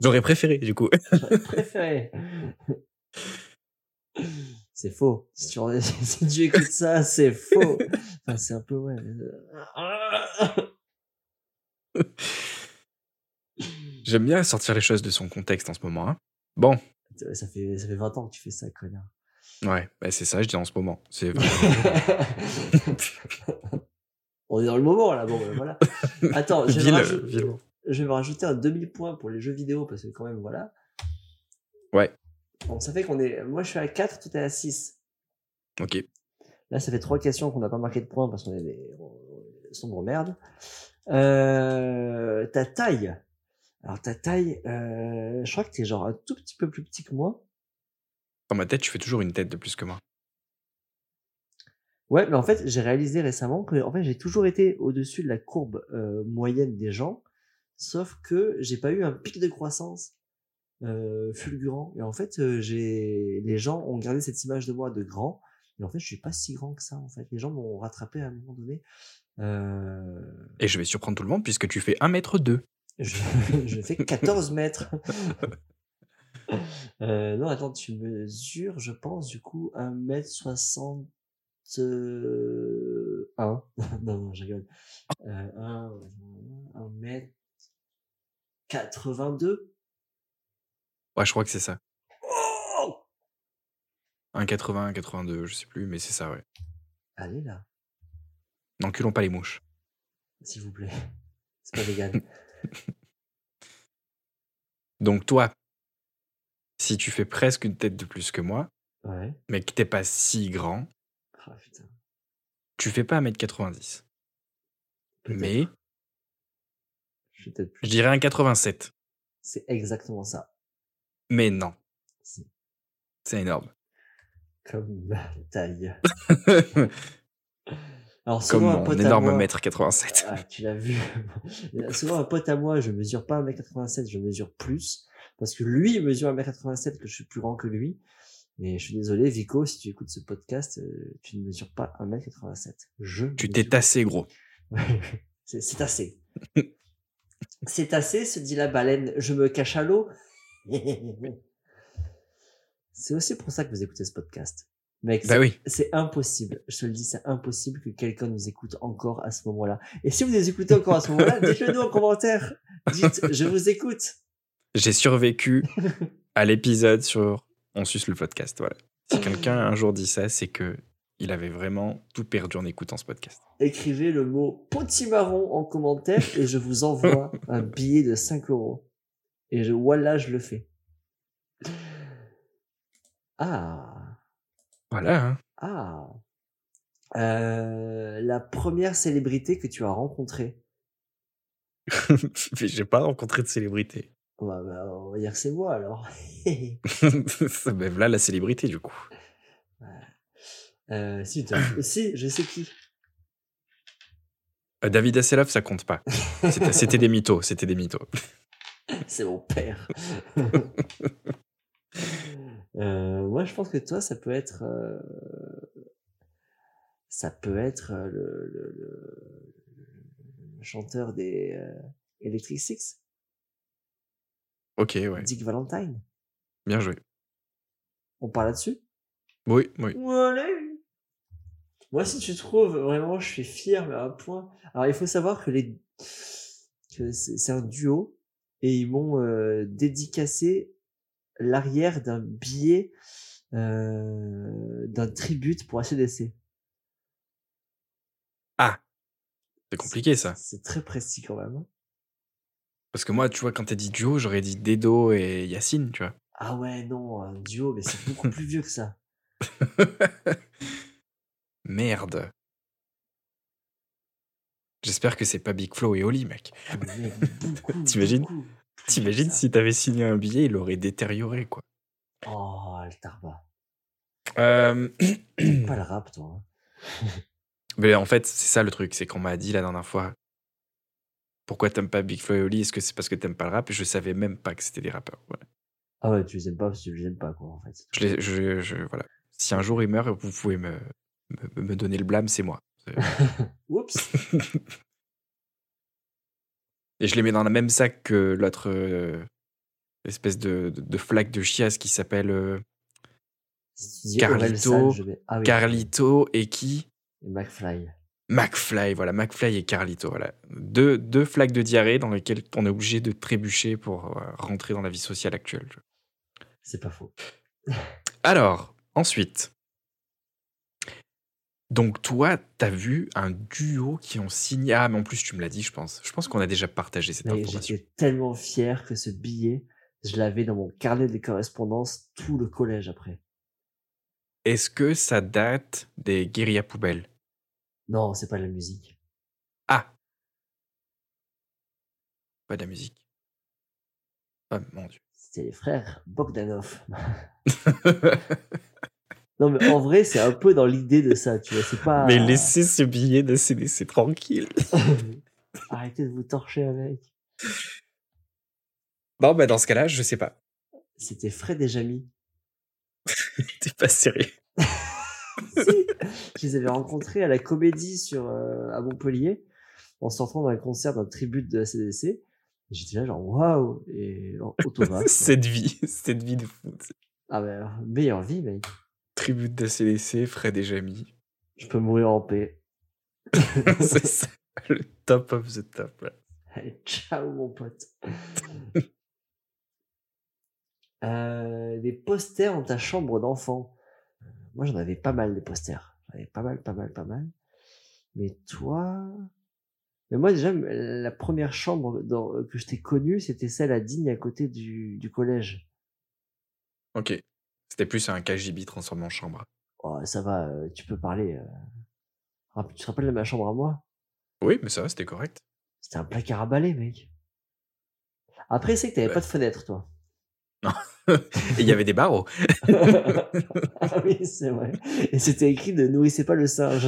J'aurais préféré, du coup. J'aurais préféré. C'est faux. Si tu, en- si tu écoutes ça, c'est faux. Enfin, c'est un peu ouais. J'aime bien sortir les choses de son contexte en ce moment. Hein. Bon, Ça fait, ça fait 20 ans que tu fais ça, connard. ouais, bah, c'est ça, je dis en ce moment. C'est vrai. On est dans le moment là, bon ben voilà. Attends, je vais, Ville, me raj- ville. je vais me rajouter un demi-point pour les jeux vidéo parce que quand même voilà. Ouais. Donc ça fait qu'on est. Moi je suis à 4, tout est à 6. Ok. Là, ça fait trois questions qu'on n'a pas marqué de points parce qu'on est des on- sombres merdes. Euh, ta taille. Alors, ta taille, euh, je crois que t'es genre un tout petit peu plus petit que moi. Dans ma tête, tu fais toujours une tête de plus que moi. Ouais, mais en fait, j'ai réalisé récemment que en fait, j'ai toujours été au-dessus de la courbe euh, moyenne des gens, sauf que j'ai pas eu un pic de croissance euh, fulgurant. Et en fait, euh, j'ai les gens ont gardé cette image de moi de grand, et en fait, je suis pas si grand que ça. En fait, les gens m'ont rattrapé à un moment donné. Euh, Et je vais surprendre tout le monde puisque tu fais 1m2. Je, je fais 14 mètres. Euh, non, attends, tu mesures, je pense, du coup, 1m61. non, non, je rigole. Euh, 1m82. Ouais, je crois que c'est ça. Oh 1,80, 1,82, je sais plus, mais c'est ça, ouais. Allez là, N'enculons pas les mouches. s'il vous plaît. C'est pas vegan. Donc toi, si tu fais presque une tête de plus que moi, Ouais. mais que t'es pas si grand, Ah putain. tu fais pas 1m90. peut-être. Mais Je suis peut-être plus- je dirais 1m87. C'est exactement ça. Mais non. Si. C'est énorme. Comme ma taille. Comme Alors, souvent, un mon pote à énorme moi- mètre 87. Ah, tu l'as vu. Souvent, un pote à moi, je mesure pas 1m87, je mesure plus. Parce que lui, il mesure 1m87, que je suis plus grand que lui. Mais je suis désolé, Vico, si tu écoutes ce podcast, euh, tu ne mesures pas 1m87. Je. Tu mesure- t'es assez gros. Ouais. C'est c'est assez. C'est assez, se dit la baleine. Je me cache à l'eau. C'est aussi pour ça que vous écoutez ce podcast. Mec, Bah oui. c'est impossible. Je te le dis, c'est impossible que quelqu'un nous écoute encore à ce moment-là. Et si vous nous écoutez encore à ce moment-là, dites-le nous en commentaire. Dites, je vous écoute. J'ai survécu à l'épisode sur On suce le podcast. Voilà. Si quelqu'un un jour dit ça, c'est que il avait vraiment tout perdu en écoutant ce podcast. Écrivez le mot potimarron en commentaire et je vous envoie un billet de 5 euros. Et je, voilà, je le fais. Ah, Voilà. hein. ah. Euh, la première célébrité que tu as rencontrée. Mais J'ai pas rencontré de célébrité. Bah, bah, on va dire que c'est moi alors. Ça, ben là, la célébrité, du coup. Euh, si, t'as- si, je sais qui. Euh, David Asseloff, ça compte pas. C'était c'était des mythos. C'était des mythos. C'est mon père. Euh, moi, je pense que toi, ça peut être, euh, ça peut être euh, le, le- le- le chanteur des euh, Electric Six, Ok, ouais. Dick Valentine. Bien joué. On parle là-dessus. Oui, oui. Voilà. Moi, si tu trouves, vraiment, je suis fier, mais à un point. Alors, il faut savoir que les, que c'est c'est un duo et ils m'ont euh, dédicacé l'arrière d'un billet euh, d'un tribute pour E ACDC. C'est compliqué, ça. C'est très précis quand même. hein. Parce que moi, tu vois, quand t'as dit duo, j'aurais dit Dedo et Yacine, tu vois. Ah ouais, non, un duo, mais c'est beaucoup plus vieux que ça. Merde. J'espère que c'est pas Big Flo et Oli, mec. Ah, mais mec, beaucoup, T'imagines beaucoup plus vieux que T'imagines ça. si t'avais signé un billet, il aurait détérioré, quoi. Oh, le tarba. Euh, Pas le rap, toi. hein. Mais en fait, c'est ça le truc, c'est qu'on m'a dit la dernière fois pourquoi t'aimes pas Big Flo et Oli, est-ce que c'est parce que t'aimes pas le rap Je savais même pas que c'était des rappeurs. voilà. Ah ouais, tu les aimes pas parce que tu les aimes pas, quoi, en fait. Je, les- je- je- voilà. Si un jour il meurt, vous pouvez me, me, me donner le blâme, c'est moi. Oups! Et je les mets dans le même sac que l'autre euh, espèce de, de, de flaque de chiasse qui s'appelle euh, Si tu dis Carlito, Orelsan, je vais- ah oui, Carlito et qui et McFly. McFly, voilà, McFly et Carlito, voilà. Deux, deux flaques de diarrhée dans lesquelles on est obligé de trébucher pour euh, rentrer dans la vie sociale actuelle. C'est pas faux. Alors, ensuite. Donc toi, t'as vu un duo qui ont signé... Ah, mais en plus, tu me l'as dit, je pense. Je pense qu'on a déjà partagé cette Mais information. j'étais tellement fier que ce billet, je l'avais dans mon carnet de correspondance tout le collège après. Est-ce que ça date des guérillas poubelles Non, c'est pas de la musique. Ah Pas de la musique. Oh mon dieu. C'était les frères Bogdanov. non, mais en vrai, c'est un peu dans l'idée de ça, tu vois. C'est pas. Mais laissez ce billet de CDC tranquille. Arrêtez de vous torcher avec. Bon, bah dans ce cas-là, je sais pas. C'était Fred et Jamy. T'es pas sérieux. Si, je les avais rencontrés à la comédie sur, euh, à Montpellier en sortant d'un concert d'un tribute de la CDC. J'étais là genre waouh et en autographe. quoi. Cette vie, cette vie de fou. Ah ben alors, meilleure vie mec. Tribute de CDC, Fred et Jamie. Je peux mourir en paix. C'est ça, le top of the top. ouais. Allez, ciao mon pote. Euh, des posters dans ta chambre d'enfant. Moi j'en avais pas mal des posters. J'en avais pas mal, pas mal, pas mal. Mais toi, Mais moi, déjà, la première chambre dans- euh, que je t'ai connue, c'était celle à Digne, à côté du, du collège. Ok. C'était plus un KGB transformé en chambre. Oh, ça va, euh, tu peux parler. euh. Rapp- Tu te rappelles de ma chambre à moi Oui, mais ça va, c'était correct. C'était un placard à balai, mec. Après, c'est que t'avais Ouais. pas de fenêtre, toi. Et il y avait des barreaux. ah oui, c'est vrai. Et c'était écrit de nourrissez pas le singe.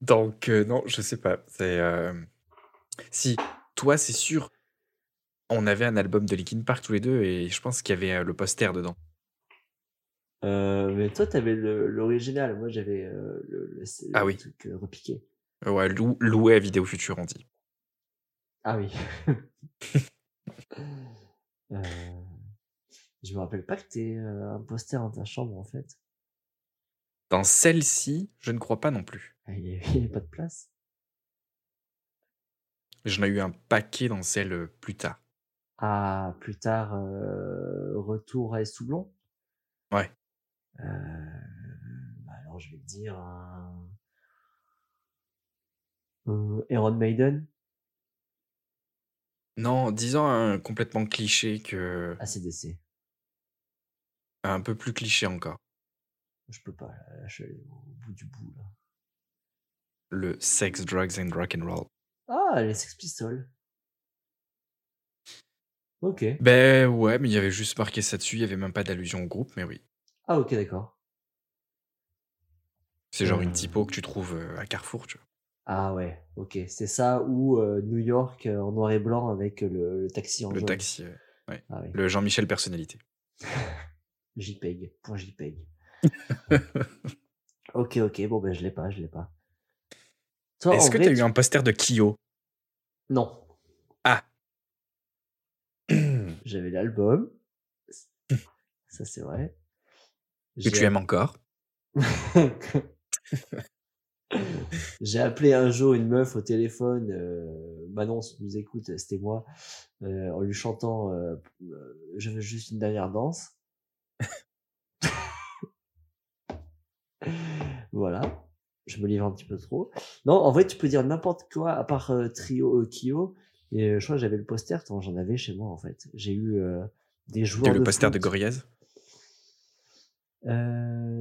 Donc, euh, non, je sais pas. C'est. euh, Si, toi, c'est sûr. On avait un album de Linkin Park tous les deux et je pense qu'il y avait euh, le poster dedans. Euh, mais toi, t'avais le- l'original. Moi, j'avais euh, le, le- le Ah oui. truc euh, repiqué. Euh, Ouais, lou- loué à Vidéo Future, on dit. Ah oui. Euh, je me rappelle pas que t'es euh, un poster dans ta chambre, en fait. Dans celle-ci, je ne crois pas non plus. Ah, Il n'y avait pas de place. J'en ai eu un paquet dans celle euh, plus tard. Ah, plus tard, euh, retour à Estoublon. Ouais. Euh, bah alors, je vais te dire un... Euh, Iron Maiden. Non, disons un complètement cliché que. Ah, ACDC. Un peu plus cliché encore. Je peux pas. là, je suis allé au bout du bout, là. Le Sex, Drugs and Rock and Roll. Ah, les Sex Pistols. Ok. Ben ouais, mais il y avait juste marqué ça dessus, il y avait même pas d'allusion au groupe, mais oui. Ah, ok, d'accord. C'est genre une Euh. typo que tu trouves euh, à Carrefour, tu vois. Ah ouais, ok. C'est ça ou euh, New York euh, en noir et blanc avec le, le taxi en Le jaune. taxi, euh, Ah ouais. le Jean-Michel personnalité. JPEG. E Point JPEG. ok, ok. Bon, ben je l'ai pas, je l'ai pas. Toi, en Est-ce que vrai, t'as eu tu- un Ah. poster de Kyo Non. que J'avais l'album. Ça, c'est vrai. tu aimes encore J'ai appelé un jour une meuf au téléphone, euh, Manon, si tu nous écoute, c'était moi, euh, en lui chantant euh, euh, Je veux juste une dernière danse. voilà, je me livre un petit peu trop. Non, en vrai, tu peux dire n'importe quoi, à part euh, Trio euh, Kyo. Et euh, je crois que j'avais le poster, tant j'en avais chez moi en fait. J'ai eu euh, des joueurs. T'as eu de le poster de foot. Gorillaz Euh,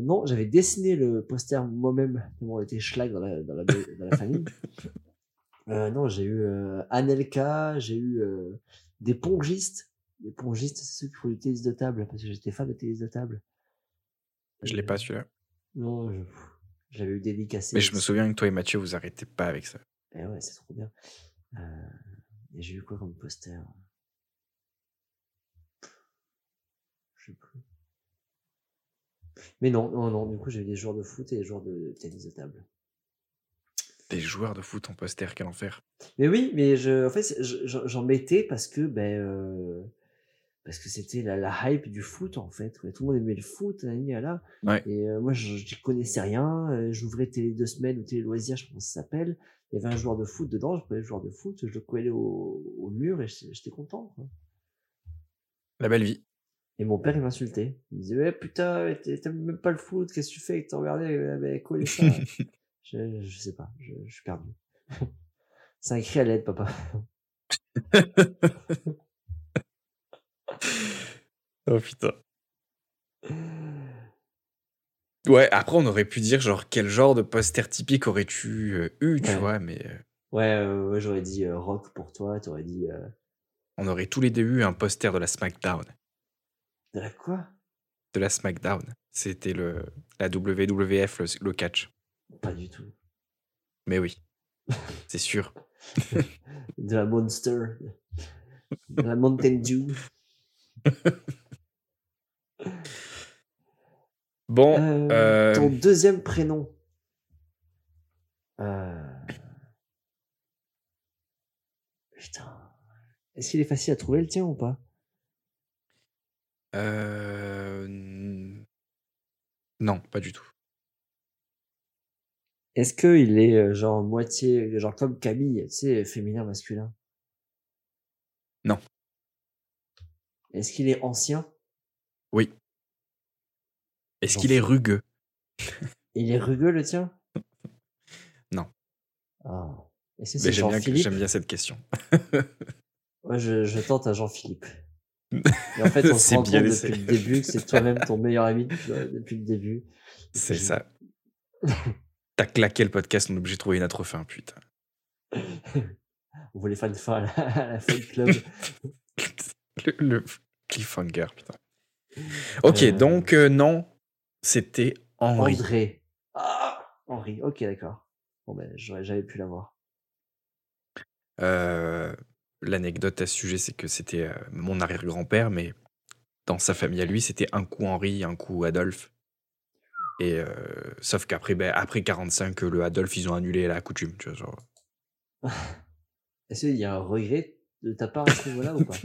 non, j'avais dessiné le poster moi-même, tellement on était schlag dans la, dans la, dans la famille. Euh, non, j'ai eu euh, Anelka, j'ai eu euh, des pongistes. Les pongistes, c'est ceux qui font du tennis de table, parce que j'étais fan de tennis de table. Je l'ai Euh, pas celui-là. Non, je- j'avais eu dédicacé. Mais je me souviens que toi et Mathieu, vous arrêtez pas avec ça. Eh ouais, c'est trop bien. Euh, et j'ai eu quoi comme poster Je sais plus. Mais non, non, non, du coup j'ai eu des joueurs de foot et des joueurs de tennis de table. Des joueurs de foot en poster, quel enfer. Mais oui, mais je, en fait, c'est- je- je- j'en mettais parce que, ben, euh, parce que c'était la, la hype du foot en fait. ouais. Tout le monde aimait le foot, nanani, là. Ouais. Et euh, moi, je je connaissais rien. euh, J'ouvrais Télé deux semaines ou Télé loisirs, je pense que ça s'appelle. Il y avait un joueur de foot dedans. Je prenais le joueur de foot, je le collais au, au mur et j'étais j'étais content. quoi. La belle vie. Et mon père, il m'insultait. Il me disait, ouais, putain, t'es- t'aimes même pas le foot, qu'est-ce que tu fais avec ton regardé, avec collé ça. je, je sais pas, je, je suis perdu. C'est un cri à l'aide, papa. Oh putain. Ouais, après on aurait pu dire genre quel genre de poster typique aurais-tu euh, eu, tu Ouais. vois, mais euh, Ouais, euh, ouais, j'aurais dit euh, rock pour toi, t'aurais dit euh, on aurait tous les deux eu un poster de la SmackDown. de la quoi De la SmackDown. C'était le la WWF, le, le catch. Pas du tout. Mais oui, c'est sûr. De la Monster. De la Mountain Dew. Bon, Euh, euh, Ton deuxième prénom. Euh, Putain. Est-ce qu'il est facile à trouver le tien ou pas euh, n- non, pas du tout. Est-ce qu'il est euh, genre moitié, genre comme Camille, tu sais, féminin, masculin Non. Est-ce qu'il est ancien Est-ce J'en qu'il est rugueux Il est rugueux le tien Non. Ah. Et si Mais c'est Ben, J'aime bien, Jean-Philippe, j'aime bien cette question. moi je, je tente à Jean-Philippe. Et en fait, on se C'est rend compte bien depuis essayé. le début que c'est toi-même ton meilleur ami depuis, euh, depuis le début. C'est Je- ça. T'as claqué le podcast, on est obligé de trouver une autre fin, putain. On voulait faire une fin à la, à la fan club. Le, le cliffhanger, putain. Ok, Euh. donc euh, non, c'était Henri. André. Ah Henri, ok, d'accord. Bon, ben, j'aurais jamais pu l'avoir. Euh, L'anecdote à ce sujet, c'est que c'était euh, mon arrière-grand-père, mais dans sa famille à lui, c'était un coup Henri, un coup Adolphe. Et euh, sauf qu'après ben, après 45, le Adolphe, ils ont annulé la coutume. Tu vois, genre. Est-ce qu'il y a un regret de ta part à ce niveau-là ou pas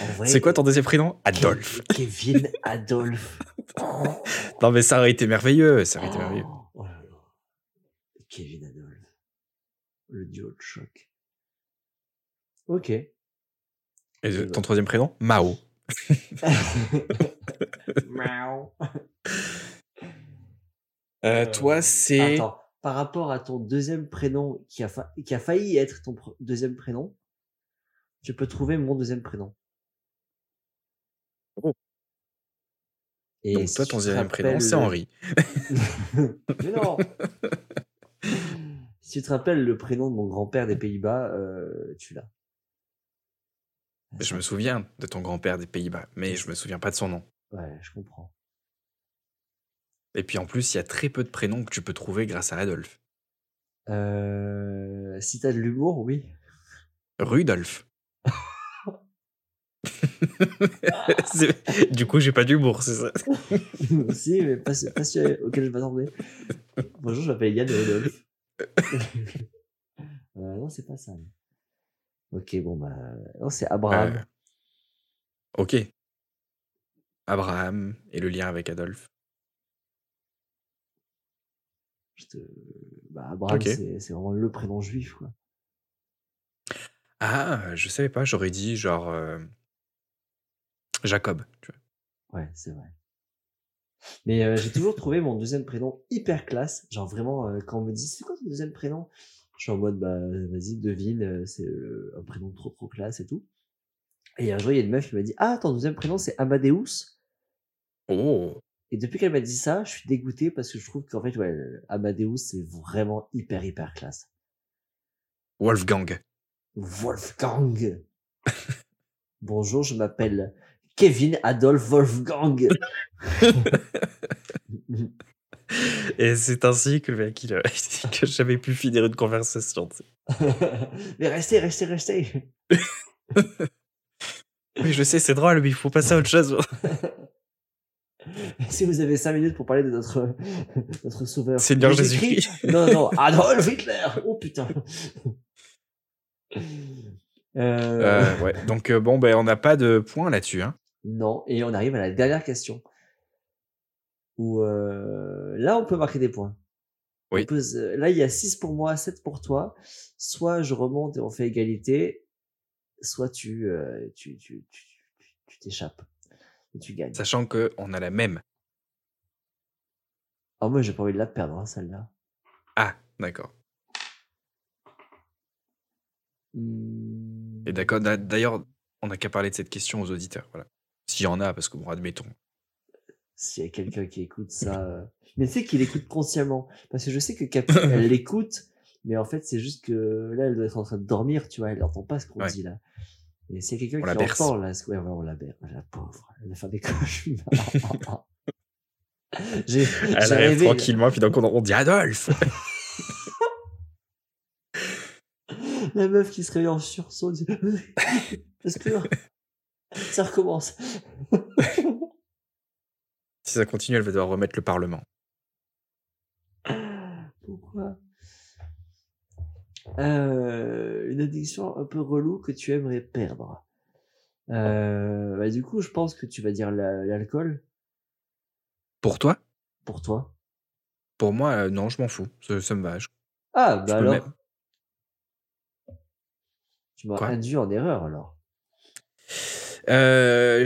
En vrai, C'est quoi ton deuxième prénom Ke- Adolphe. Kevin Adolphe. Oh. Non, mais ça aurait été merveilleux. Ça aurait été merveilleux. Oh, oh là là. Kevin Adolphe. Le duo de choc. Ok. Et euh, ton troisième prénom Mao. Miaou. Euh, Euh, toi, c'est. Attends, par rapport à ton deuxième prénom qui a, fa- qui a failli être ton pr- deuxième prénom, tu peux trouver mon deuxième prénom. Oh. Et Donc, si toi, tu ton te deuxième prénom, rappelles c'est le- Henri. Mais non Si tu te rappelles le prénom de mon grand-père des Pays-Bas, euh, tu l'as. Ah. Je me souviens de ton grand-père des Pays-Bas, mais je me souviens pas de son nom. Ouais, je comprends. Et puis en plus, il y a très peu de prénoms que tu peux trouver grâce à Adolphe. Euh, si t'as de l'humour, oui. Rudolf. C'est- du coup, j'ai pas d'humour, c'est ça. si, mais pas, ce- pas celui auquel je m'attendais. Bonjour, je m'appelle Yann Rodolphe. Euh, non, c'est pas ça. Ok, bon, bah. Non, c'est Abraham. Euh, ok. Abraham et le lien avec Adolphe. Je te- bah, Abraham, ok. c'est- c'est vraiment le prénom juif, quoi. Ah, je savais pas, j'aurais dit genre. euh, Jacob. tu vois. Ouais, c'est vrai. Mais euh, j'ai toujours trouvé mon deuxième prénom hyper classe. Genre vraiment, euh, quand on me dit c'est quoi ton deuxième prénom Je suis en mode bah vas-y, devine, euh, c'est euh, un prénom trop trop classe et tout. Et un jour, il y a une meuf qui m'a dit Ah, ton deuxième prénom c'est Amadeus. Oh, Et depuis qu'elle m'a dit ça, je suis dégoûté parce que je trouve qu'en fait, ouais, le Amadeus c'est vraiment hyper hyper classe. Wolfgang. Wolfgang Bonjour, je m'appelle Kevin Adolf Wolfgang. Et c'est ainsi que le mec, il a- que j'avais pu finir une conversation. tu sais. Mais restez, restez, restez. Oui, je sais, c'est drôle, mais il faut passer à autre chose. Si vous avez 5 minutes pour parler de notre, notre sauveur. Seigneur Jésus-Christ. Non, non, Adolf Hitler. Oh putain. Euh, Euh, ouais. Donc, euh, bon, ben, on n'a pas de point là-dessus. Hein. Non, et on arrive à la dernière question. Où, euh, là, on peut marquer des points. On Oui. peut se- là, il y a 6 pour moi, 7 pour toi. Soit je remonte et on fait égalité, soit tu euh, tu- tu- tu- tu- tu t'échappes et tu gagnes. Sachant qu'on a la même. Ah, moi, j'ai pas envie de la perdre, hein, celle-là. Ah, d'accord. Hmm. Et d'accord. d'a- D'ailleurs, on n'a qu'à parler de cette question aux auditeurs. Voilà. S'il y en a, parce que bon, admettons. S'il y a quelqu'un qui écoute ça. Mmh. euh. Mais tu sais qu'il écoute consciemment. Parce que je sais que Capu, elle l'écoute, mais en fait, c'est juste que là, elle doit être en train de dormir, tu vois. Elle n'entend pas ce qu'on Ouais. dit là. Et s'il y a On quelqu'un la qui berce. entend là, ce- ouais, ouais, on la berce. La pauvre, elle va faire des cauchemars. J'ai j'ai Elle arrive rêvé. tranquillement, puis donc on, on dit Adolphe. La meuf qui se réveille en sursaut, dit Parce que hein. ça recommence. si ça continue, elle va devoir remettre le Parlement. Pourquoi Euh, Une addiction un peu relou que tu aimerais perdre. Euh, bah, du coup, je pense que tu vas dire la- l'alcool Pour toi pour toi. Pour moi, euh, non, je m'en fous. Ça, ça me va. Je- Ah, peux bah alors. même. Tu m'as Quoi induit en erreur alors. Euh,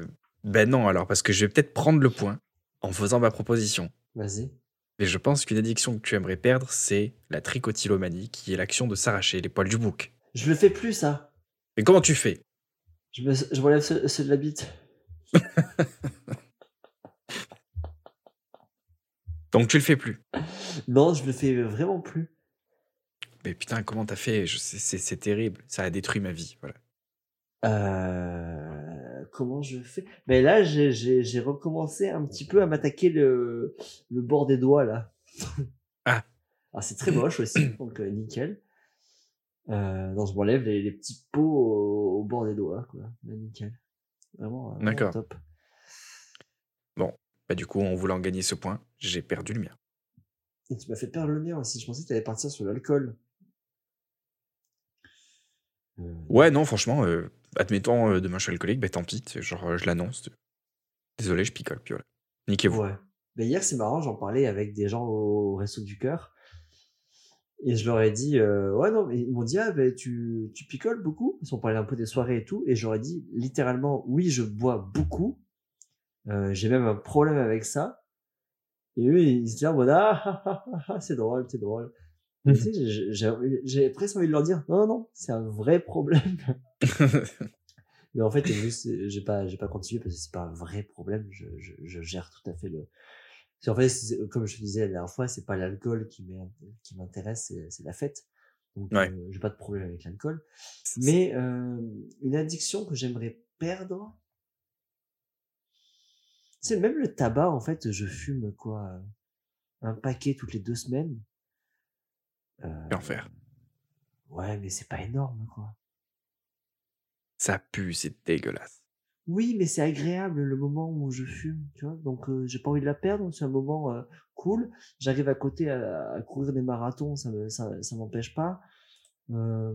euh, ben non, alors, parce que je vais peut-être prendre le point en faisant ma proposition. Vas-y. Mais je pense qu'une addiction que tu aimerais perdre, c'est la tricotylomanie, qui est l'action de s'arracher les poils du bouc. Je le fais plus, ça. Mais comment tu fais Je, me, je relève ceux, ceux de la bite. Donc tu le fais plus. Non, je le fais vraiment plus. Mais putain, comment t'as fait Je sais, c'est, c'est terrible. Ça a détruit ma vie. Voilà. Euh, comment je fais Mais là, j'ai- j'ai j'ai recommencé un petit peu à m'attaquer le, le bord des doigts, là. Ah. Alors, c'est très moche aussi, donc euh, nickel. Euh, non, je m'enlève les, les petits pots au, au bord des doigts, quoi. Mais nickel. Vraiment, euh, vraiment D'accord. top. Bah, du coup, en voulant gagner ce point, j'ai perdu le mien. Et tu m'as fait perdre le mien aussi. Je pensais que tu allais partir sur l'alcool. Euh, Ouais, non, franchement, euh, admettons euh, demain je suis alcoolique, bah tant pis. c'est Genre, euh, je l'annonce. Désolé, je picole. Puis voilà. Niquez-vous. Ouais. Mais hier, c'est marrant, j'en parlais avec des gens au Resto du Cœur. Et je leur ai dit, euh, ouais, non, mais ils m'ont dit, ah, ben, tu, tu picoles beaucoup Ils ont parlé un peu des soirées et tout. Et j'aurais dit, littéralement, oui, je bois beaucoup. Euh, J'ai même un problème avec ça. Et eux, ils se disent, en mode, ah, ah, ah, ah, ah, c'est drôle, c'est drôle. Mais tu sais, j'ai- j'ai- J'ai presque envie de leur dire, non, non, non, c'est un vrai problème. Mais en fait, juste, euh, j'ai pas, j'ai pas continué parce que c'est pas un vrai problème. Je, je, je gère tout à fait le. c'est- En fait, c'est- comme je te disais la dernière fois, c'est pas l'alcool qui m'est- qui m'intéresse, c'est- c'est la fête. Donc, Ouais. euh, j'ai pas de problème avec l'alcool. C'est- Mais euh, une addiction que j'aimerais perdre. C'est même le tabac, en fait, je fume quoi euh, Un paquet toutes les deux semaines. Euh, c'est l'enfer. ouais, mais c'est pas énorme, quoi. Ça pue, c'est dégueulasse. Oui, mais c'est agréable le moment où je fume, tu vois. Donc, euh, j'ai pas envie de la perdre. C'est un moment euh, cool. J'arrive à côté à, à courir des marathons, ça me, ça, ça m'empêche pas. Euh,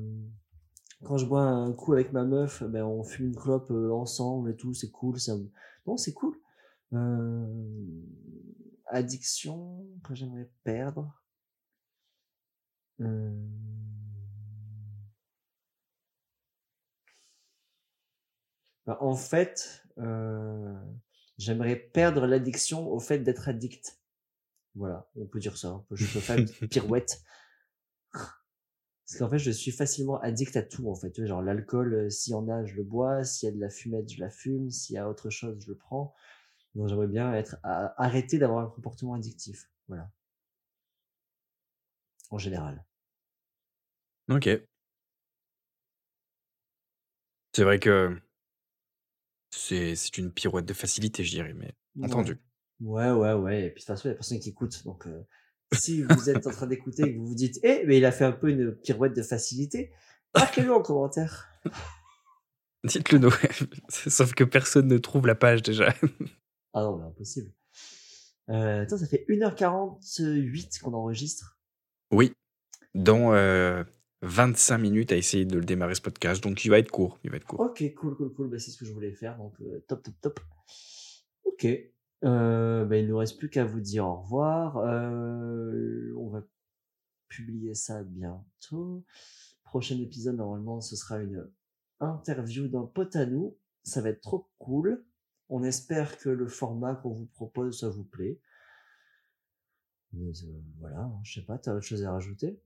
quand je bois un coup avec ma meuf, ben on fume une clope euh, ensemble et tout, c'est cool. Ça... me- Non, c'est cool. Euh, Addiction que j'aimerais perdre. Euh, Bah, en fait, euh, j'aimerais perdre l'addiction au fait d'être addict. Voilà, on peut dire ça. on peut- Je peux faire une petite pirouette. Parce qu'en fait, je suis facilement addict à tout, en fait. Tu vois, genre l'alcool, euh, s'il y en a, je le bois. S'il y a de la fumette, je la fume. S'il y a autre chose, je le prends. Donc, j'aimerais bien être à- arrêter d'avoir un comportement addictif. Voilà. En général. Ok. C'est vrai que c'est c'est une pirouette de facilité, je dirais, mais entendu. Ouais, ouais, ouais. Et puis de toute façon, il y a personne qui écoute. Donc, euh, si vous êtes en train d'écouter et que vous vous dites, eh, mais il a fait un peu une pirouette de facilité, marquez-le en commentaire. Dites-le nous. Sauf que personne ne trouve la page déjà. Ah non, mais impossible. Euh, attends, ça fait 1h48 qu'on enregistre. Oui. Dans euh, 25 minutes à essayer de le démarrer ce podcast. Donc il va être court. Il va être court. Ok, cool, cool, cool. Bah, c'est ce que je voulais faire. Donc, euh, top, top, top. Ok. Euh, bah, il nous reste plus qu'à vous dire au revoir. Euh, on va publier ça bientôt. Prochain épisode, normalement, ce sera une interview d'un pote à nous. Ça va être trop cool. On espère que le format qu'on vous propose, ça vous plaît. Mais euh, voilà, hein, je sais pas, t'as autre chose à rajouter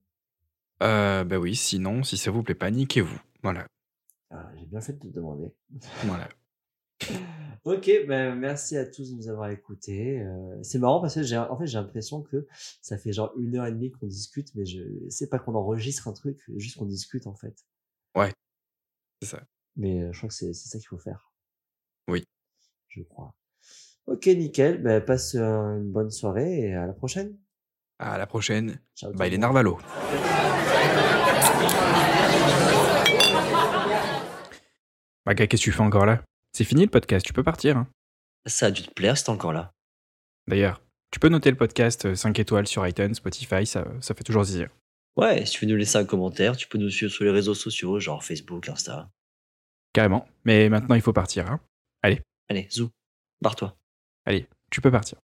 Euh, bah oui, sinon, si ça vous plaît pas, niquez-vous. Voilà. Ah, J'ai bien fait de te demander. voilà. Ok, ben merci à tous de nous avoir écoutés. Euh, c'est marrant parce que j'ai en fait j'ai l'impression que ça fait genre une heure et demie qu'on discute, mais je c'est pas qu'on enregistre un truc, juste qu'on discute en fait. Ouais, c'est ça. Mais euh, je crois que c'est c'est ça qu'il faut faire. Oui. Je crois. Ok, nickel. Ben passe euh, une bonne soirée et à la prochaine. À la prochaine. Ciao. Bah, il est ciao. narvalo. Bah, gars, qu'est-ce que tu fais encore là C'est fini le podcast, tu peux partir. hein. Ça a dû te plaire, c'est encore là. D'ailleurs, tu peux noter le podcast euh, 5 étoiles sur iTunes, Spotify, ça, ça fait toujours zizir. Ouais, si tu veux nous laisser un commentaire, tu peux nous suivre sur les réseaux sociaux, genre Facebook, Insta. Carrément. Mais maintenant, il faut partir. hein. Allez, zou, barre-toi. Tu peux partir.